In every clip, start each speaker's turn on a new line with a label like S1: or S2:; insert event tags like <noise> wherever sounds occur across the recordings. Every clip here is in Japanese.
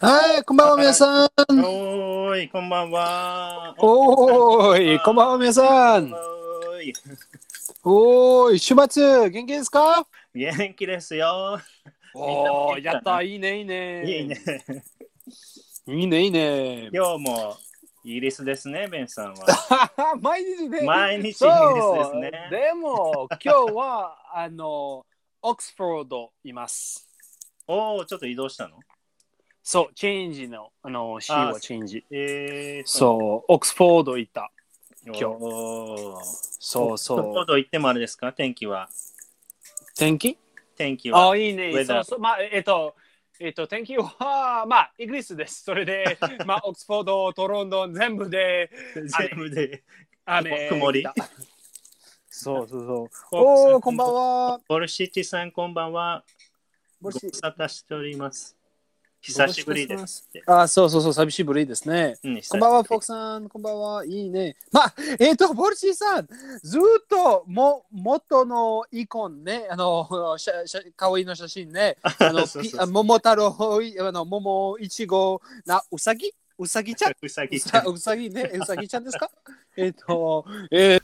S1: はい、こんばんは、皆さん。
S2: おーい、こんばんは。
S1: おーい、こんばんは、皆さん。
S2: おーい。
S1: おーい、週末、元気ですか
S2: 元気ですよ。
S1: おー、
S2: みんな
S1: や
S2: 元
S1: っ
S2: 気だ
S1: た、
S2: ない
S1: いね、いいね。
S2: いいね。。
S1: いいね、いいね。
S2: 今日もイギリスですね、ベンさんは。
S1: <laughs> 毎日ね。
S2: 毎日イギリスです
S1: そう
S2: ね。
S1: でも、今日は、あの、オックスフォードいます。
S2: おお、ちょっと移動したの
S1: そう、チェンジの、あの、C
S2: あ
S1: はチェンジ。
S2: えー、
S1: そう、オックスフォード行った。
S2: 今
S1: 日そう
S2: ほ
S1: そう。
S2: ど行ってもあれですか天気は。
S1: 天気
S2: 天気は。
S1: あ、いいね。
S2: Weather
S1: そうそう。まあ、えっと、えっと、天気は、まあ、イギリスです。それ <laughs> で、まあ、オックスフォード、トロンドン、全部で
S2: 全部で。
S1: 雨。
S2: 曇り。
S1: そうそうそう。<laughs> お
S2: おー
S1: お、
S2: こ
S1: こ
S2: ん
S1: ん
S2: ば
S1: ば
S2: ん
S1: んは。
S2: ボルシチさん、こんばんは。ご
S1: もし
S2: 無沙汰しております。久しぶりですって。
S1: あ、そうそうそう、寂しいぶりですね。
S2: うん
S1: こんばんは、フォー
S2: 久し
S1: クさん。こんばんは。いいね。まあ、えっ、と、ボルシーさん、ずっとも元のイコンね、あの、しゃしゃ可愛いの写真 <laughs> ね、あの、
S2: そうそう
S1: ピ
S2: そう
S1: あ桃太郎、いあの桃いちご、な、うさぎうさぎちゃん
S2: ぶりうさ
S1: う
S2: ぎち
S1: さ
S2: ゃん。
S1: うさぎ
S2: <laughs>
S1: ね、うさぎちゃんですかえっと、えー、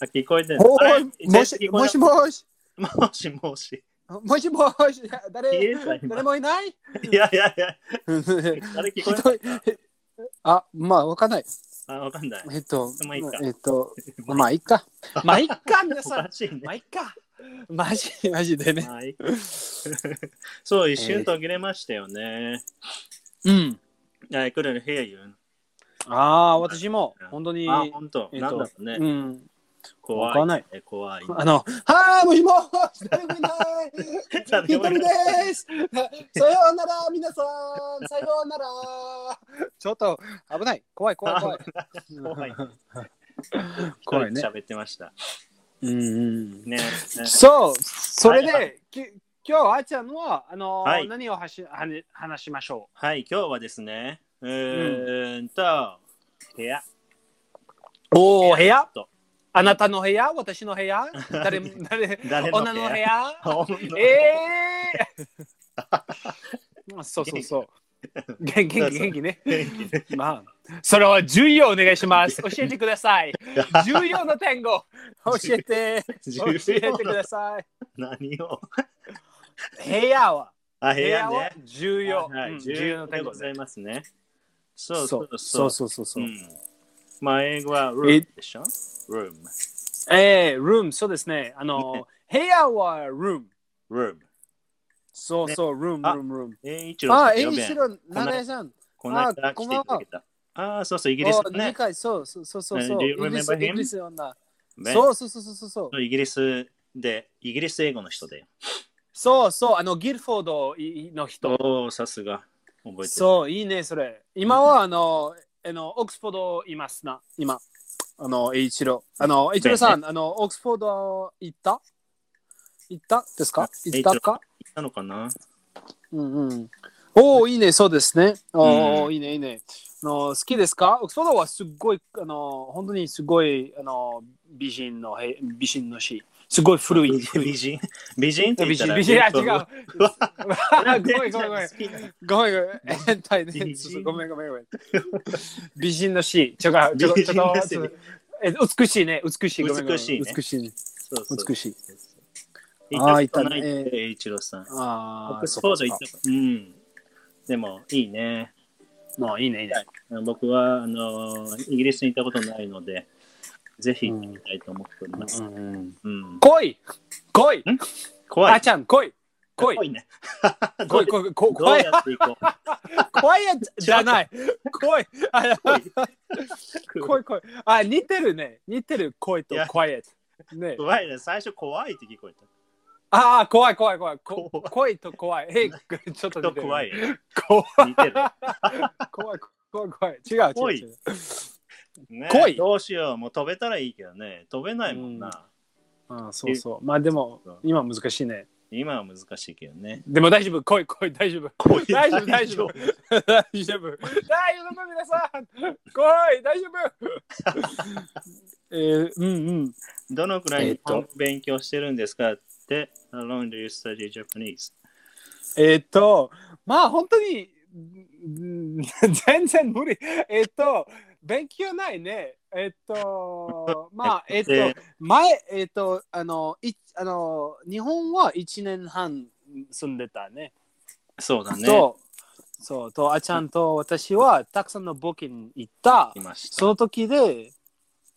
S2: あ聞こえてる
S1: お
S2: あれ
S1: ーもし
S2: 全然聞こえな
S1: もしもし、
S2: もしもし。
S1: もしもし、誰、
S2: 消えた今
S1: 誰もいない
S2: いやいやいや、
S1: ひ
S2: あれ聞こえ
S1: どいあ、まあ、わかんない。
S2: たあ、わかんない。
S1: えっと
S2: まあいいか、
S1: えっ
S2: <laughs>
S1: と、まあ、いっか。まあ、いっか、皆
S2: お
S1: さん
S2: か。しいね。
S1: <laughs> まあ、いっか。マジ、マジでね。
S2: はい。 <laughs> そう、一瞬途切れましたよね。
S1: うん。
S2: I couldn't hear you.
S1: ああ、私も、本当に、
S2: あ、本当。
S1: えっ
S2: なん
S1: と
S2: だろうね
S1: う。ん。
S2: 怖い。
S1: わかんない。
S2: 怖い。
S1: あの、はーい、もしもし、誰もいない。
S2: 誰
S1: ひ
S2: も
S1: と
S2: いな
S1: り
S2: い
S1: <laughs> です。さようなら、皆さん。さようなら。ちょっと危ない。怖い、怖い、怖い。
S2: 怖い。
S1: <laughs> 怖 <laughs> いね
S2: 一人で喋ってました。
S1: うんうん。 <laughs>
S2: ね。ね
S1: そう、それ
S2: は
S1: で、き今日、あーちゃんは、あのー、
S2: はい
S1: 何をはしはね話しましょ
S2: はい、今日はですね。うーんと、部
S1: う
S2: 屋。
S1: おお、部屋
S2: と
S1: あなたの部屋私の部屋誰 <laughs> も誰
S2: 誰の部
S1: 女の部
S2: 屋
S1: 屋
S2: え
S1: ええ <laughs> ー、そうそうそう。元気元気元気ね。まあ、それは重要お願いします。教えてください。重要な単語、教えて、教えてください。
S2: <laughs> 何を
S1: 部屋は、
S2: あ、部
S1: 部
S2: 屋
S1: 屋
S2: ね
S1: は。重要。
S2: は
S1: うん
S2: い、
S1: 重
S2: 重
S1: 要
S2: 要
S1: な
S2: で
S1: 単
S2: ご
S1: 語
S2: ざ
S1: ね。
S2: いますね。そ
S1: そううそ
S2: そう
S1: う
S2: そ
S1: そうう
S2: そ
S1: そうそう
S2: う。
S1: そうう。
S2: ん、まあ英語はルームでしょルーム。
S1: えー、room、そうですね。あの、部屋は room。
S2: ルーム。
S1: そうそう、room、
S2: あ
S1: room、
S2: えー、一郎
S1: room。あ、
S2: さん
S1: え
S2: 呼
S1: い
S2: べん
S1: しろ、長屋さん。
S2: この間
S1: あこ
S2: 来
S1: んば
S2: て
S1: ん
S2: い
S1: は
S2: ただけた。ああ、そうそう、イギリス
S1: お
S2: の
S1: 二
S2: ね。
S1: 回、そうそうそうそうそう。
S2: Uh, do you
S1: イギリス
S2: remember him?
S1: イギリス女。
S2: ベン
S1: そうそうそうそうそうそう。
S2: イギリスで、イギリス英語の人で。
S1: そうそう、あの、ギルフォードの人。
S2: おお、さすが。覚えてる。
S1: そう、いいね、それ。今は、あの、あのオックスフォードいますな、今。あの、栄一郎。あの、栄一郎さん、あの、オックスフォード行った行ったですか行ったか
S2: いたのかな
S1: うんうん。おお、いいね、そうですね。おお、いいね、いいね。あの好きですかオックスフォードはすっごい、あの、本当にすごい、あの、美人の、へ美人の詩。すごい古い。古い
S2: 美人美人って言
S1: 美
S2: った
S1: 人、
S2: ら
S1: 美人、あ、違う。
S2: なんで
S1: ごめん、ごめ
S2: <laughs>
S1: ん、ごめん。
S2: 好きな
S1: ごめんごめん、変態ね
S2: 美人。
S1: そうそうごめんごめんごめん。美人の詩。ちょが、ちょ
S2: 美
S1: ちょ
S2: 人
S1: っと
S2: です
S1: ち
S2: よ
S1: ょっ
S2: ね
S1: と。え美しいね、美しい。ごめんごめん
S2: 美しいね
S1: 美しい。
S2: そうそう
S1: 美しい。
S2: 行
S1: あー
S2: っ
S1: い
S2: たこ
S1: たね
S2: とないって、栄一郎さん。オッ
S1: ああ、
S2: クスフォード行っ
S1: そ
S2: たことうん。でも、いいね。
S1: うかもういいね、いいね。
S2: 僕はあのイギリスに行ったことないので、ぜひ行きたいと思っております。
S1: うん
S2: うん、
S1: 恋恋
S2: 怖
S1: あ
S2: い。
S1: ちゃん、恋
S2: 怖
S1: 恋
S2: い
S1: <laughs>
S2: ね。
S1: 恋恋恋
S2: どう
S1: 恋
S2: やって行こ
S1: 恋じゃない <laughs> 恋あ
S2: う
S1: 恋恋あ、似てるね。似てる恋と
S2: いや
S1: 怖い。ね。
S2: 怖いね。最初怖いって聞こえた。
S1: ああ、怖い怖い怖い。こ
S2: 怖い
S1: 恋と怖い。え、ちょっと
S2: ち
S1: 似て
S2: ょっと
S1: るね
S2: 怖い。
S1: 怖い。
S2: 似てる。
S1: <laughs> 怖い怖い怖い違う
S2: 怖い
S1: 違う違う
S2: ね、
S1: 怖い
S2: どうしよう。もう飛べたらいいけどね。飛べないもんな。
S1: ああそうそうまあでも今難しいね
S2: 今は難しいけどね。
S1: でも大丈夫来い来い大丈夫
S2: 怖い
S1: 大丈夫大丈夫大丈夫大丈夫皆さん来い大丈夫えー、うんうん
S2: <laughs> どのくらい
S1: え
S2: 日
S1: っと
S2: 本語勉強してるんですかって、How long do you study Japanese?
S1: えーっとまあ本当に <laughs> うん全然無理。えっと、勉強ないね。えっ
S2: <laughs>
S1: と、まあ、えっと、
S2: え
S1: 前、えっと、あの、いあの日本は1年半住んでたね。
S2: そうだね。
S1: と、そう、と、あちゃんと私はたくさんの募金行った
S2: い。ました。
S1: その時で、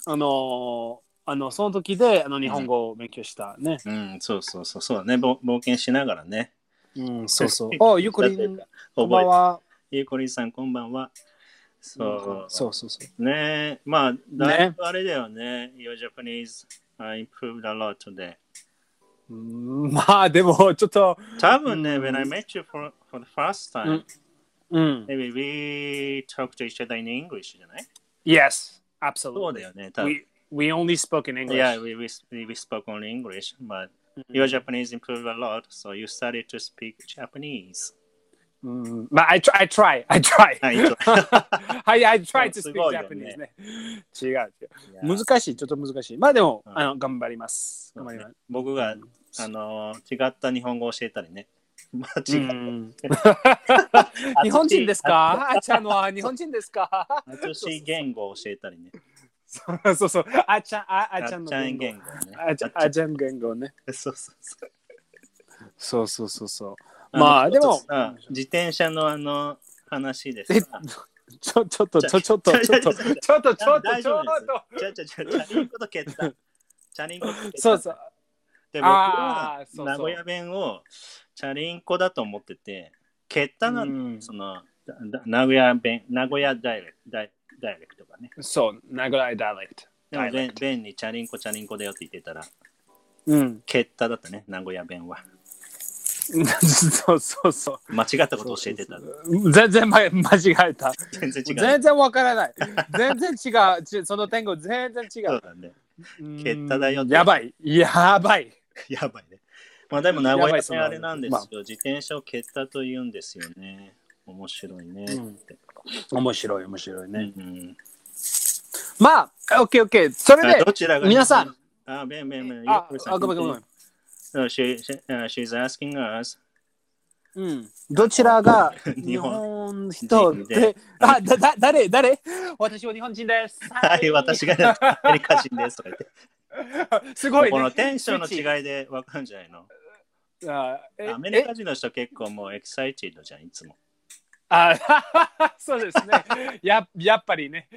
S1: あの、あのその時であの日本語を勉強したね。
S2: うん、そうそうそう、そうだね。冒冒険しながらね。
S1: うん、そう
S2: <laughs>
S1: そう。お、ゆくりん、こんばん
S2: 覚えて。
S1: は。
S2: ゆうこりんさん、こんばんは。そう。
S1: そうそうそう。
S2: ねえ、まあ、だいぶあれだよね。Your Japanese、uh, improved a lot で。
S1: うん <laughs> まあでもちょっと、
S2: 多分ね、
S1: うん
S2: when I met you for, for the first
S1: う
S2: time,
S1: んうん。
S2: maybe we talked to each other in English じゃない
S1: Yes,
S2: そう
S1: absolutely.
S2: だよね、多分。
S1: We, we only spoke in English.
S2: Yeah, we, we, we spoke only English, but your Japanese improved a lot, so you started to speak Japanese.
S1: Mm, but I try, I try, I try.
S2: <laughs> はいいいと
S1: <laughs> I, I try to
S2: す
S1: speak
S2: ごいよね
S1: Japanese ね。違う違う。
S2: いや
S1: 難しい、ちょっと難しい。まあでも、
S2: うん
S1: あの頑張ります。
S2: そう
S1: 頑
S2: ね
S1: 張ります。
S2: 僕が、あのー違った日本語を教えたりね。 <laughs> まあ、違う。
S1: うん <laughs> 日本人です
S2: <laughs>
S1: かあちゃんは日本人ですか <laughs>
S2: 新しい言語を教えたりね。
S1: そうそうそう。あちゃん、ああ
S2: あっ
S1: ち
S2: ち
S1: ゃ
S2: ゃ
S1: ん
S2: ん
S1: の
S2: 言
S1: 言語。
S2: 語ね。
S1: あちゃんあちゃん言語ね。
S2: <laughs> そうそうそう。
S1: そうそうそうそう。まあでも、
S2: さ自転車のあの話でさ。
S1: えちょ、ちょっと、ちょ、ちょっと、ちょっと、ちょっと、ちょっと、ちょっと、ちょっと。
S2: ちゃちゃちゃ、チャリンコと蹴った。チャリンコと蹴った。
S1: そうそう。
S2: で、僕
S1: あ
S2: は
S1: ーそうそう
S2: 名古屋弁をチャリンコだと思ってて、蹴ったな、
S1: うん
S2: その、だだ名古屋弁、名古屋ダイレクト、ダイダイレクトがね。
S1: そう、名古屋ダイレクト。
S2: でも
S1: ダイレ
S2: 弁、弁にチャリンコチャリンコだよって言ってたら、
S1: うん。 <laughs>
S2: 蹴っただったね、名古屋弁は。
S1: そうそうそう。
S2: 間違ったこと教えてた。
S1: 全然ま間違えた。
S2: 全然違う。
S1: 全然わからない。全然違うち。その点語全然違
S2: そうう。だね。
S1: うん
S2: 蹴っただよって
S1: やばい。やばい。
S2: やばいね。まあでも名古
S1: やば
S2: 屋
S1: いそ
S2: 線
S1: の
S2: あれなんですよ、
S1: まあ
S2: 自転車を蹴ったと言うんですよね。面白いねって。
S1: 面白い、面白いね。
S2: うん
S1: まあ、オッケーオッケー。それ
S2: あ
S1: で
S2: ど、ちらが
S1: 皆さん。
S2: あ、べんべんべん。
S1: あ、あごめんごめんごめん。
S2: No, she, she, uh, she's asking us.
S1: うん、どちらが
S2: 日
S1: 日
S2: 本
S1: 本人
S2: 人で
S1: で、あ、だ、だ、誰、誰私は日本人です。
S2: はい、私がアメリカ人ですとか言って。
S1: す <laughs> ごい、ね。
S2: このテンションの違いでわかるんじゃないの
S1: い。あえ
S2: アメリカ人の人結構もうエキサイティドじゃん、いつも。
S1: あ <laughs> そうですね。ややっぱりね。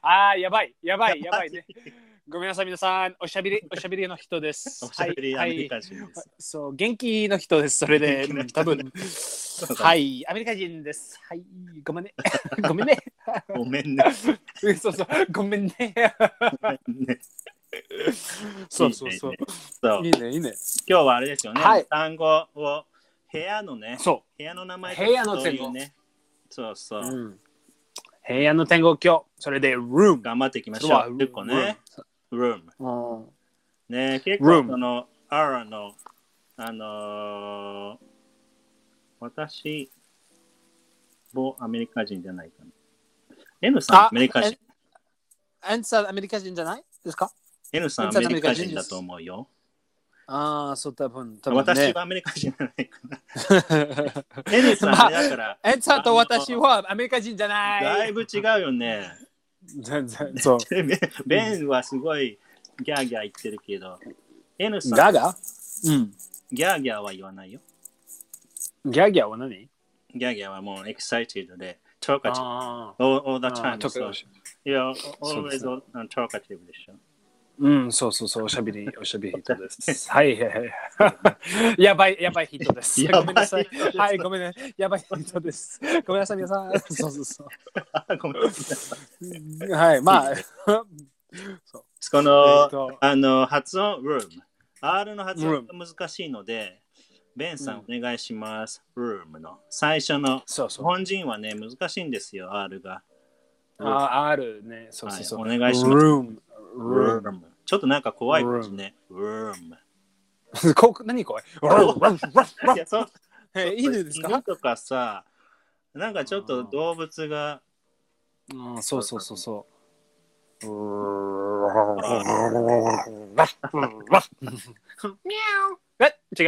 S1: ああ、やばい、やばい、やばいね。ごめんなさい、皆さん。おしゃべり、おしゃべりの人です。
S2: <laughs> おしゃべりア
S1: は
S2: メ
S1: い、
S2: リ
S1: はい。
S2: カ人です。
S1: そう、元気の人です。それで、
S2: 元気
S1: う
S2: なん人
S1: 多
S2: <laughs>
S1: 分。
S2: うだね
S1: はい、アメリカ人です。はい、ごめんね。 <laughs> ごめんね。
S2: ごめんね。
S1: うんそうそう、ごめんね。 <laughs> そうそうそう。
S2: <laughs> そう
S1: いいね、いいね。
S2: 今日はあれですよね、
S1: はい
S2: 単語を部屋のね、
S1: そ
S2: 部屋の名前
S1: 部屋の
S2: そう
S1: 単
S2: い
S1: 語。
S2: うね。そうそうう。
S1: ん、部屋の天国教、それで room。
S2: 頑張っていきまし
S1: それは
S2: ょう。結構ね、room。
S1: うん
S2: ね、結
S1: room
S2: 構その、R の、あのー、私、某アメリカ人じゃないかな。N さん
S1: あ
S2: アメリカ人。
S1: アンサーアメリカ人じゃないですか
S2: N さん
S1: N
S2: ア
S1: さ
S2: メ
S1: ん
S2: リカ
S1: ア
S2: 人
S1: メリカ人で
S2: だ
S1: す
S2: と思うよ。
S1: ああ、そう、多分、多分、ね。<laughs>
S2: 私はアメリカ人じゃないかな。N さんね、
S1: まあ
S2: だから、
S1: エンさんと私はアメリカ人じゃな
S2: だい
S1: い。
S2: ぶ違うよね。
S1: 全然そう。
S2: でベ <laughs> ベンはすごいギャーギャー言ってるけど、N さん、
S1: ガガうん。
S2: ギャーギャーは言わないよ。
S1: ギャギャは何
S2: ギャーギャーはもうエキサイティドで、トーカチブ。
S1: あ
S2: all, all the
S1: あー
S2: time.
S1: 特に
S2: so- yeah,
S1: そうで
S2: always
S1: すね
S2: all- うんトーカチブでしょ。
S1: うん、そうそうそう、おしゃべり、おしゃべり人です。はいはいはい。やばい、やばい人です。
S2: やばい
S1: ごめんなさい。はい、ごめんなさい。やばい人です。ごめんなさい、皆さん。そうそうそ
S2: あごめんなさい。
S1: う。はい、
S2: <laughs>
S1: まあ。
S2: こ
S1: え
S2: の、
S1: っと
S2: あの発音、room。R の発
S1: room
S2: 音が難しいので、ベンさんお願いします。room の最初の。
S1: そう
S2: 日
S1: そう。
S2: 本人はね、難しいんですよ、R が。
S1: あ、あるね。そうそうそう。
S2: はいお願いします
S1: Room。Room。
S2: room ちょっとなんか怖いですね。room。
S1: こう何これ Room。
S2: いや <laughs> そう
S1: えいいですか
S2: 犬とかさ、なんかちょっと動物が、
S1: うん、そうそうそうそう。
S2: <laughs>
S1: え違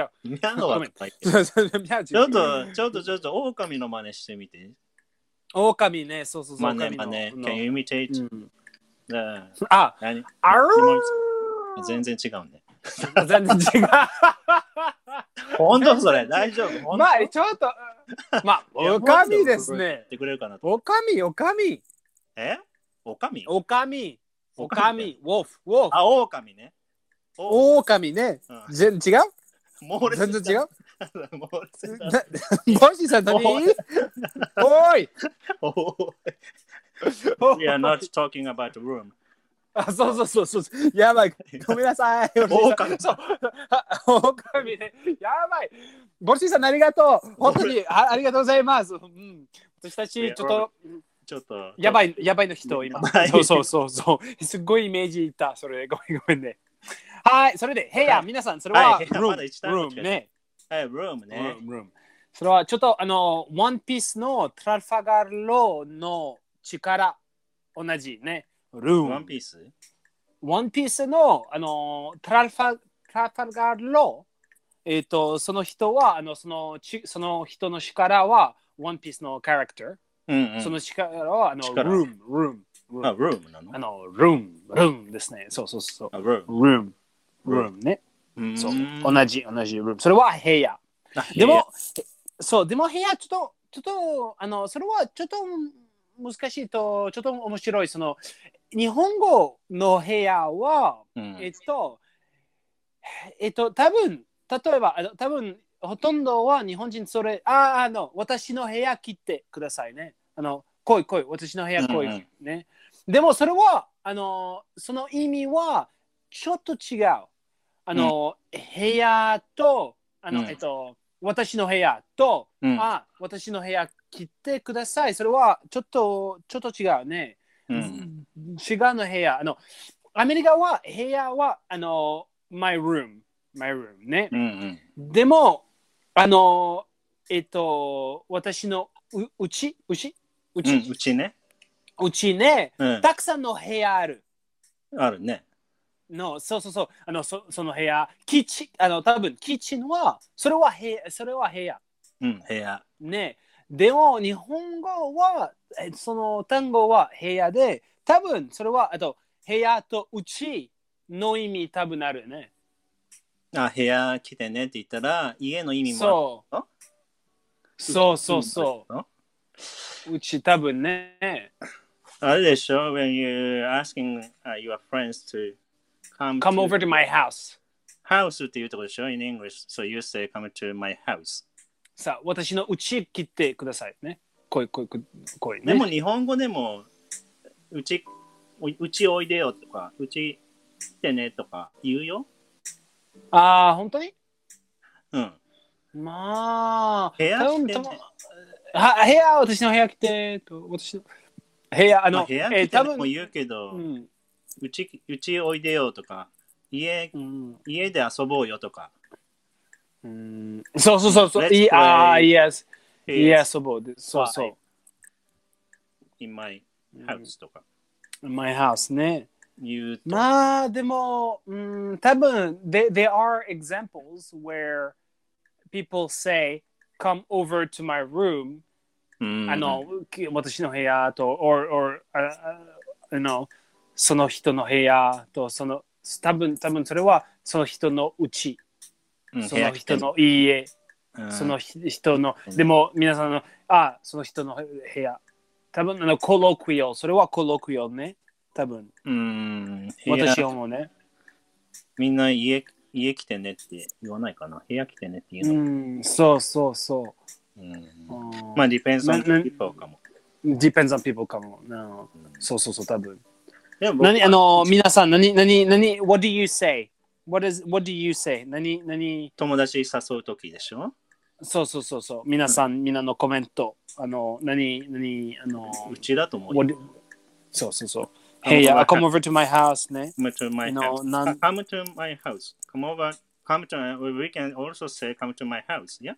S1: う。
S2: ミャオは高いけど
S1: そうそうミャオ
S2: ちょっと、ちょっと、ちょっと、狼の真似してみて。
S1: 狼ね、そうそうそう。
S2: 真似、真似。Can you
S1: ね。
S2: imitate?
S1: うん
S2: だ
S1: あ、
S2: 何
S1: ある
S2: 全然違うね。
S1: 全然違う。
S2: 本当それ、大丈夫。本当
S1: まあ、ちょっと、まあ、
S2: <laughs> いや
S1: おかみです
S2: やっ
S1: ね。
S2: てくれるかなと。
S1: おかみ、おかみ、
S2: えおかみ
S1: おかみ、おかみ、ウォーフ、ウォーフ、
S2: あ、おおかみね。お
S1: おかみね。
S2: うん
S1: ぜ違う
S2: 猛烈
S1: 全然違
S2: <laughs>
S1: う
S2: う。猛烈だ。
S1: なボイシーさん何
S2: おい
S1: おい
S2: お
S1: お
S2: ー
S1: い
S2: We are not talking about the room.
S1: あ、そうそうそうそう。やばい。ごめんなさい。オ <laughs>
S2: 狼
S1: そう。オカミね。やばい。ボルシーさん、ありがとう。本当にあありがとうございます。うん、私た
S2: いや
S1: ち、ちょっと、
S2: ちょっと。
S1: やばい、やばいの人、今
S2: やば。い
S1: そうそうそうそう。すっごいイメージいった。それ、ごめんごめんね。はい、それで、部屋、皆さん、それは、
S2: は
S1: ル
S2: い
S1: ー
S2: ま
S1: ム、
S2: だ
S1: ル
S2: 一段落
S1: ームね。
S2: はい、room
S1: ル
S2: ね
S1: ー。ム、ルーム。それは、ちょっと、あの、ワンピースのトラルファガーロの力、同じね。ルーム。
S2: ワンピース
S1: ワンピースの、あのートラルファトラファルガーロー、えっとその人はあのそのちその人の力はワンピースのキャラクター、
S2: うんうん。
S1: その力はあの
S2: 力
S1: ルームルームル
S2: あ、
S1: ーム
S2: room なの
S1: あのルームルームですねそうそうそ
S2: あ、room
S1: う。ルームルームね
S2: うん
S1: そう同じ同じルームそれは部屋でも、、そう、でも部屋ちょっと、ちょっと、あの、それはちょっと難しいと、ちょっと面白い。その、日本語の部屋は、
S2: えうん
S1: えっと、えっと、多分例えば、あの多分ほとんどは日本人それ、ああの、私の部屋切ってくださいね。あの、来い来い、私の部屋来い、
S2: うんうん
S1: ね。でもそれは、あの、その意味はちょっと違う。あの、部屋と、あの、
S2: うん
S1: えっと、私の部屋と、
S2: うん
S1: あ、私の部屋切ってください。それはちょっと、ちょっと違うね。
S2: うん
S1: 違うの部屋あのアメリカは部屋はあの my room my room ね
S2: う、んうん。
S1: でもあのえっと私のううちうちう
S2: う
S1: ち、
S2: んうちね。
S1: うちね
S2: うん。
S1: たくさんの部屋ある
S2: あるね。
S1: のそうそうそうあのそその部屋キッチンあの多分キッチンはそれは部屋それは部屋
S2: うん、部屋。
S1: ねでも日本語はえその単語は部屋で多分それはあと部屋とうちの意味多分あるね。
S2: あ、部屋来てねって言ったら、家の意味もある
S1: そ
S2: あ
S1: う。そうそうそう。うち多分ね。
S2: あれでしょ ?When you asking、uh, your friends to come,
S1: Come
S2: to
S1: over to my house.
S2: house っていうとこでしょ ?In English. So you say come to my house.
S1: さあ、私のうち切ってくださいね。こいこいこいこい
S2: で
S1: ね。
S2: も日本語でも、うち、おいうちおいでよとか、うち来てねとか言うよ。
S1: ああ、本当に
S2: うん。
S1: まあ、
S2: 部屋
S1: 多分
S2: 来てね
S1: ともは部屋、私の部屋来て、と私の部屋、あ
S2: あ
S1: の、
S2: 部屋
S1: え
S2: 来
S1: ー
S2: て
S1: 多
S2: ねも
S1: 分、
S2: 言うけど、う
S1: うん
S2: ち、うちおいでよとか、家、
S1: うん
S2: 家で遊ぼうよとか。
S1: うんそうそうそうそう。
S2: Let's
S1: い
S2: play.
S1: ああ、yes。yes、そうでそうそう。
S2: in my house とか
S1: My house ね。
S2: 言うと。
S1: まあでも、うん、多分 there, there are examples where people say come over to my room、
S2: うん
S1: あのき私の部屋と or, or あああのその人の部屋とその多分多分それはその人のうち、
S2: うん
S1: そ
S2: 部
S1: の
S2: 屋来
S1: 人
S2: てね
S1: の家、
S2: うん
S1: そのひ人の
S2: うん
S1: でも皆さんのあその人の部屋多分あのコロクイオそれはコロクイオね多分
S2: うん部屋
S1: 私はもうね
S2: みんな家家来てねって言わないかな部屋来てねって言う
S1: う
S2: の、
S1: ん、そうそうそ
S2: うん
S1: う。うん
S2: まあ depends on
S1: なな
S2: people かも、
S1: depends on people かも。な
S2: うん
S1: そうそうそう、多分。
S2: でも僕
S1: 何あの、皆さん、何、何、何、what do you say? What is, what do you say? 何、何、
S2: 友達誘う時でしょ
S1: そうそうそう、そう皆さん、みんなのコメント、あの、何、何、あの、
S2: うちだと思うよ
S1: what do- そうそうそう。
S2: あもう
S1: Hey,
S2: わ
S1: I
S2: か
S1: come over to my house ね。
S2: Come to my
S1: の
S2: house
S1: なん
S2: come to my house come over come to my, we can also say come to my house yeah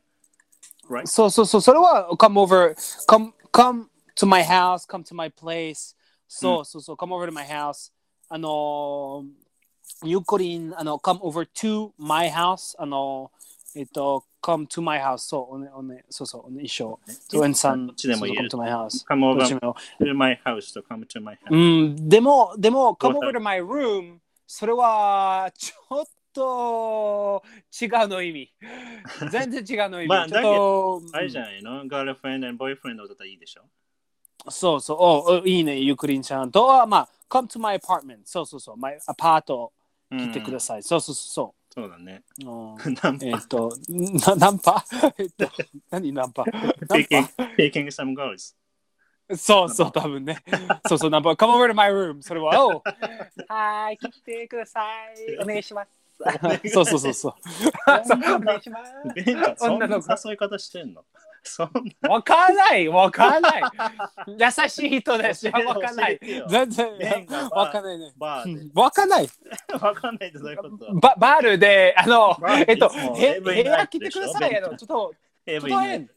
S1: そうそうそう、それは come over, come, come to my
S2: Mm.
S1: house, come to my place. そうそうそう、come over to my house. あのーゆっくりん、あの、come over to my house。あの、えっと、come to my house。そう、おね、おね、そうそう、おね、一緒。トエンさん、
S2: どっちでも言える
S1: そう come to my house。
S2: come
S1: どっち
S2: over
S1: でも
S2: to my house と come to my house。
S1: うん、でも、でも、
S2: ど
S1: Mm,
S2: う
S1: come
S2: だろ
S1: over to
S2: う
S1: my room。それは、ちょっと違うの意
S2: <laughs>
S1: 味。全然違うの意味。
S2: まあ
S1: ちょっと、
S2: あれじゃないの、ガールフレンド、ボーイフレンドだったらいいでしょ。
S1: そうそう、おおいいね、ゆくりんちゃんと、あまあ、come to my apartment。そうそうそう、my アパート
S2: う
S1: 来
S2: ん
S1: てください。そうそうそ
S2: そうだね。
S1: うそう。うん
S2: ナン
S1: え
S2: パ
S1: っと、なナンパえっと、何ナンパナン
S2: taking,
S1: パ
S2: taking some girls.
S1: そうそう、多分ね。そうそう、ナンパ。Come over to my room。それは、おうはーい、来てくださ <laughs> い。お願いします。 <laughs> そうそうそうそう。お願いしま
S2: ベンちゃんそん
S1: <laughs>
S2: な
S1: 女の子
S2: 誘い方してんの <laughs> そん
S1: す。わからない、わからない。優しい人ですよ。
S2: 教えて
S1: わからない
S2: 教えてよ。
S1: 全
S2: ベン
S1: 然
S2: が、
S1: わかんないね。
S2: バ
S1: うん
S2: ー
S1: わかんない。
S2: で。わかんないってどういうこと
S1: ババールで、あの
S2: バール、
S1: えっと、
S2: いつも
S1: へ
S2: every
S1: 部屋
S2: night
S1: 来てください。
S2: でし
S1: あ
S2: ょ
S1: の、ちょっと、
S2: エブリ
S1: 整え
S2: ィ
S1: ん。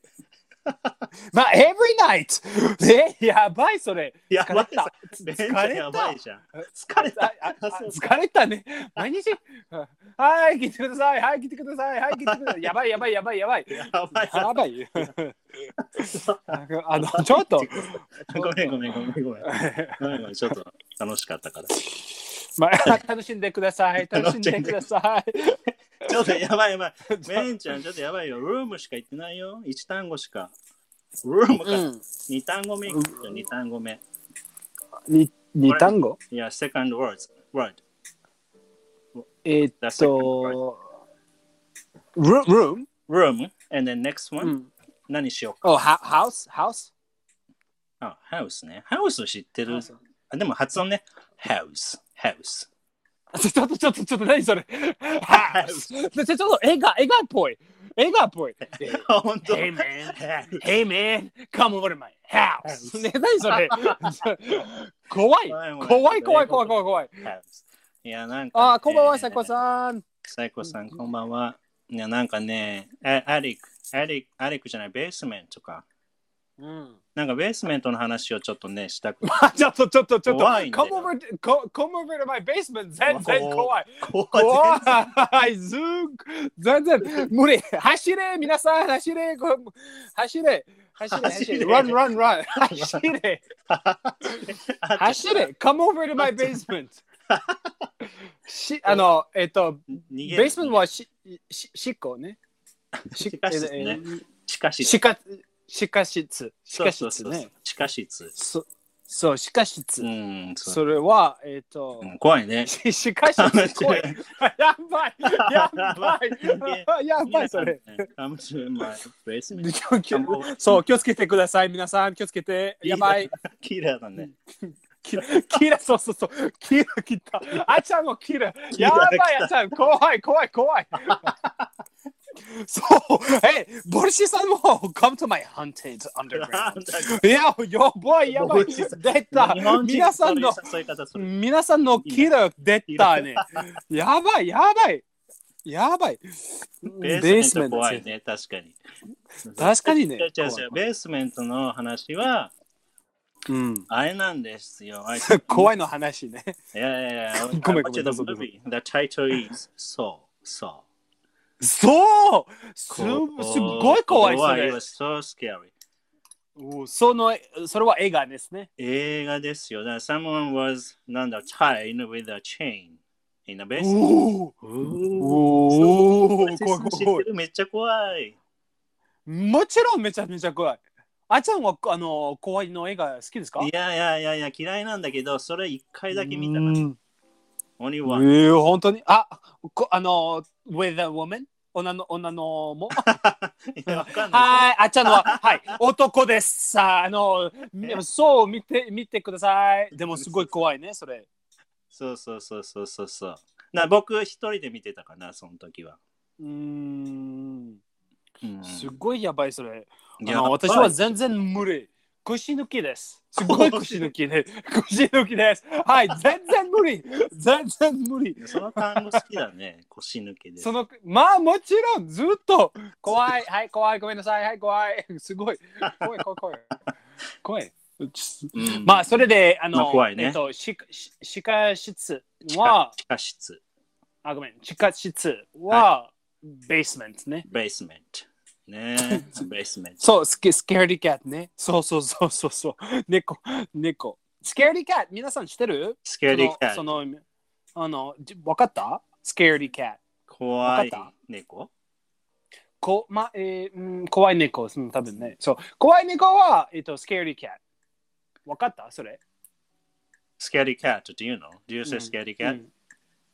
S1: <laughs> まあ、every night! <laughs> え、やばい、それ。
S2: やば
S1: 疲
S2: い
S1: れた
S2: ベンちゃんやばいじゃん。疲れた
S1: あ。ああ
S2: そう
S1: 疲れたね。毎日、 <laughs> あはい、来てください。はい、来てください。はい、来てください。やばい、やばい、やばい、やばい。
S2: やばいや
S1: や
S2: ばい。
S1: ばい。あの、ちょっと、 <laughs>
S2: ごめんごめんごめんごめん。ごめんごめん。ちょっと楽しかったから。ち
S1: まあ、楽しんでください。楽しんでください。
S2: ょっとやばいやばい。ベンちゃんちょっとやばいよ。ルームしか言ってないよ。一単語しか。ルーム
S1: う
S2: か。
S1: ん。
S2: 二単語目行くよ。二単語目。
S1: に二単語
S2: いや、セカンドワード。ワー
S1: えっと、room? room?
S2: ド。ルーム。and then next
S1: う
S2: one。
S1: ん。
S2: 何しようか。
S1: お、は house? house?
S2: あ、ハウスね。ハウス知ってる。あでも発音ね。ハウス。ハウ
S1: <laughs>
S2: ス。
S1: ちょっとちょっとちょっと何それ house ちょっと映画映画っぽい映画っぽい
S2: 本当
S1: Hey man
S2: ハウス
S1: <laughs> Hey man come over to my house <laughs> ね何それ怖い怖い怖い怖い怖い怖い
S2: ハウスいや、なんか、
S1: あーこんばんはさこ
S2: ん。
S1: さん
S2: サイコさん、こんばんは。いや、なんかね、あアリック、アリック、アリックじゃない、ベースメントか。
S1: <laughs> うん
S2: なんかベースメントの話をちょっとね、したくて。
S1: あちょっとちょっとちょっと
S2: 怖い
S1: come
S2: んだよ
S1: over to- co- come over to my basement 全然怖い
S2: 怖 <laughs>
S1: 怖
S2: い
S1: いずー全然無理走れ皆さん走れこ走れ走れ走
S2: 走
S1: れ
S2: れ
S1: run run run 走れ走れ !Come over to my basement! しあの、えっと、
S2: 逃げる
S1: basement はし、し、しっこね。し
S2: 地下室ね地下室。
S1: しか、しか室。し
S2: そう
S1: か
S2: そう
S1: 室
S2: そう
S1: ね。
S2: 地下室。
S1: そそう、しか
S2: う
S1: 室。
S2: ん、そう。
S1: それは、えっと
S2: う、ん怖いね。
S1: ししか室怖い。 <laughs> やばいやばいやばいそれ。
S2: Come to my basement.
S1: そう、気をつけてください、皆さん。気をつけて。やばい。
S2: キラーだね。
S1: キラ、キラ、そうそうそう、キラ来た。あちゃんもキラ。
S2: キ
S1: や
S2: ラ
S1: ばい
S2: 来た、
S1: あちゃん、怖い、怖い、怖
S2: <laughs>
S1: い。そう、え、ボルシさんも、come to my hunted
S2: <laughs>
S1: underground。いや、やばい、やばい。
S2: ボルシさ
S1: 出た
S2: 日本。人
S1: 皆さんの、
S2: そういう誘い方する。
S1: 皆さんのキラ出たね。やばい、やばい。やばい。
S2: ベ
S1: ベー
S2: ー
S1: ス
S2: ス
S1: メン
S2: メン
S1: ト
S2: ト怖いね、確かに。
S1: 確かにね
S2: 違う違う違うベースメントの話は、
S1: うん。
S2: あれなんですよ。あれ
S1: 怖いの話ね。
S2: いやいやいや、
S1: ごめんごめん
S2: I watched
S1: どうぞどう
S2: the movie. The title is そう、そう。
S1: そうすすごい怖いそ
S2: 怖い
S1: れ
S2: It。was so scary.
S1: おそのそれは映画ですね。
S2: 映画ですよ。だから someone was なんだ tied with a chain in the basement.
S1: お
S2: お
S1: お
S2: ー
S1: 怖い怖い。
S2: めっちゃ怖い。
S1: もちろんめちゃめちゃ怖い。あちゃんはあの怖いの映画好きですか
S2: いやいやいやいや嫌いなんだけど、それ一回だけ見た
S1: う
S2: な。
S1: ん
S2: 鬼
S1: え
S2: <laughs> は。
S1: ー、本当にあこあの with a woman 女の女のも
S2: いやわかんない。
S1: はいあちゃんのははい男ですさああの
S2: え
S1: そう見て見てくださいでもすごい怖いねそれ
S2: そうそうそうそうそうそう。な僕一人で見てたかな、その時は。
S1: うーん
S2: うん
S1: すごいやばいそれあ
S2: やばい
S1: の私は全然無理。腰抜き <laughs> です。すごい腰抜きで。腰抜きです。はい、全然無理。全然無理。
S2: その単語好きだね、腰抜けで。
S1: そのまあもちろんずっと怖い。はい、怖い。ごめんなさい。はい、怖い。すごい。怖い、怖い、怖い。怖い。
S2: うん
S1: <laughs> まあそれで、あの、
S2: まあ怖いね
S1: えっと、しし歯科室
S2: 地下
S1: は
S2: 地下室、
S1: あ、ごめん、地下室は、ベースメントね。
S2: ベースメント。
S1: <laughs>
S2: ねベースメント。
S1: そう、スケスケーリーキャットね。そうそうそうそうそう。 <laughs> 猫、猫。スケーリーキャット、皆さん知ってる
S2: スケーリーキャ
S1: そ
S2: ッ
S1: の、
S2: ト。
S1: そのあの、じわかったスケーリーキャット。
S2: 怖い
S1: わかっ
S2: 猫
S1: こまえーうん、怖い猫、うん、多分ね。そう。怖い猫は、えっと、スケーリーキャット。わかったそれ。
S2: スケーリーキャット、do you know? Do you
S1: う
S2: say
S1: ん
S2: スケーリーキャット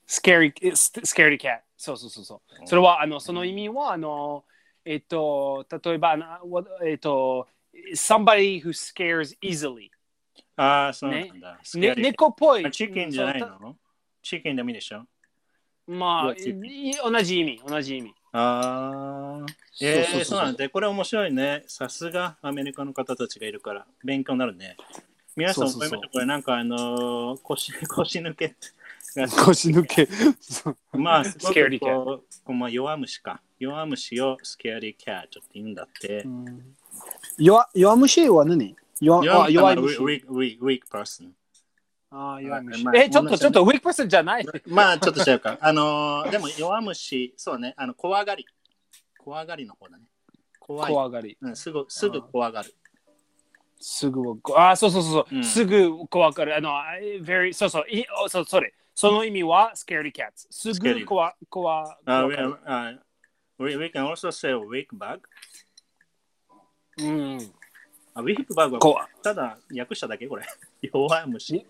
S1: スケーリー、スケーリーキャット。そうそうそうそう。それは、あの、その意味は、あの、えっと、例えば、あのわえっと、somebody who scares easily。
S2: ああ、そうなんだ。スケ
S1: ね
S2: ーリーキャット
S1: 猫っぽい。
S2: あチキンじゃない
S1: そう
S2: のチキンでもいいでしょ
S1: たまあ、
S2: いやチ
S1: い同じ意味、同じ意味。
S2: ああ。
S1: そ
S2: え
S1: うそうそう
S2: ー、そうなんだ。これ面白いね。さすがアメリカの方たちがいるから、勉強になるね。皆さん
S1: そうそ
S2: 思
S1: う
S2: いま
S1: そ
S2: し
S1: う
S2: たこれなんかあのー腰、 <laughs> 腰抜けが
S1: 腰抜け。そう
S2: まあ、すご
S1: スケーリ
S2: く
S1: ーキャッ
S2: こう、こうまあ、弱虫か。弱虫をスケアリーキャットって言うんだって。
S1: 弱弱虫は何弱あ弱い
S2: ウィ
S1: 虫。
S2: ーク、ウィーク、ウィーク、パーソン。
S1: ああ、
S2: 弱い虫
S1: え、ちょっ
S2: 同
S1: と、
S2: じ
S1: ちょっと、ウィークパーソンじゃない。
S2: <laughs> まあ、ちょっと違うか。あのーでも弱虫、そうね、あの、怖がり。怖がりの方だね。怖い。
S1: 怖がり。
S2: うん、すぐ、すぐ怖がる。
S1: すぐは、ああ、そうそうそうそう、
S2: うん
S1: すぐ怖がる。あの、あ very、そうそう、いおそう、それ。その意味は、scary cats。すぐ
S2: Scary
S1: 怖、怖、
S2: あ、
S1: 怖
S2: ウィ
S1: がる。
S2: ーク、we we can also say weak bug.
S1: うん。
S2: あ、weak bug は
S1: 怖
S2: ただ訳しただけこれ。 <laughs> 弱い虫。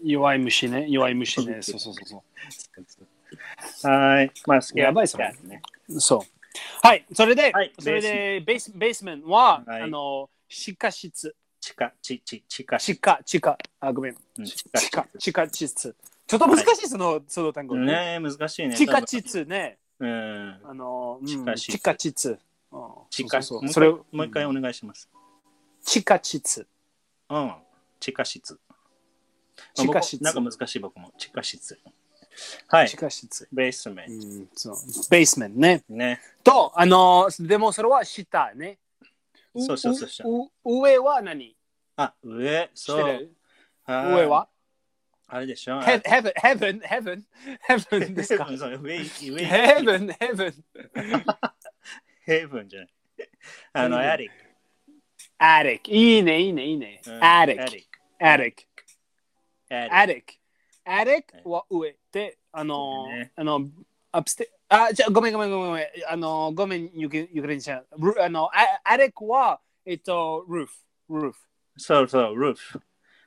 S1: 弱い虫ね、弱い虫ね。そうそうそうそう。
S2: はい。まあ、スケア
S1: やばいっす
S2: そ
S1: ね
S2: ね。
S1: そう。はい、それで、
S2: はい
S1: それでベース、ベースメンは、
S2: はい
S1: あの、地下室、
S2: 地下、地、地、地下
S1: 地
S2: 室。
S1: 下、地下、あ、ごめん、
S2: うん
S1: 地
S2: 地
S1: 下、
S2: 下
S1: 地下地下室。ちょっと難しい、その、その単語。
S2: ねえ難しいね。
S1: 地下室ね、
S2: 多分。うん。
S1: あの、うん
S2: 地下室
S1: 地下室。うん
S2: 地下
S1: そ
S2: 室。
S1: うそうそう
S2: もう一
S1: それ
S2: 回
S1: を
S2: も、う一回お願いします。
S1: 地下室。
S2: うん。地下室。
S1: 地下室
S2: 僕なんか難しい僕も。地下室。はい
S1: 地。下室。
S2: ベースメ
S1: う
S2: ン
S1: ん、そう。ベースメンね。
S2: ト。ね。
S1: と、あの、でもそれは下ね。う
S2: そうそうそう下
S1: うう上は何
S2: あ、上、
S1: 知っ
S2: そ
S1: て
S2: う
S1: る。
S2: い
S1: 上は
S2: あれでしょ。
S1: ヘヘブン、ヘブン、ヘブン、ヘ
S2: <laughs>
S1: ブンですか
S2: そう上、
S1: <laughs>
S2: 上、
S1: ヘブン、ヘブン。
S2: ヘブンじゃない。あの、
S1: うん
S2: アリック。
S1: アレック。いいね、いいね、いいね
S2: う。ん
S1: アレッ
S2: ア
S1: ク
S2: リ。ック。
S1: アレック。
S2: ア
S1: ア
S2: リ
S1: レ
S2: ッ
S1: ック。アレックは上で、あの
S2: そうだね、
S1: あの、アップステあ、じゃあごめんごめんごめんごめん。あの、ごめん、ゆくゆくれんちゃん。ルあの、アアレックは、えっと、ルーフ。ルーフ。
S2: ク。そうそう、ルーフ。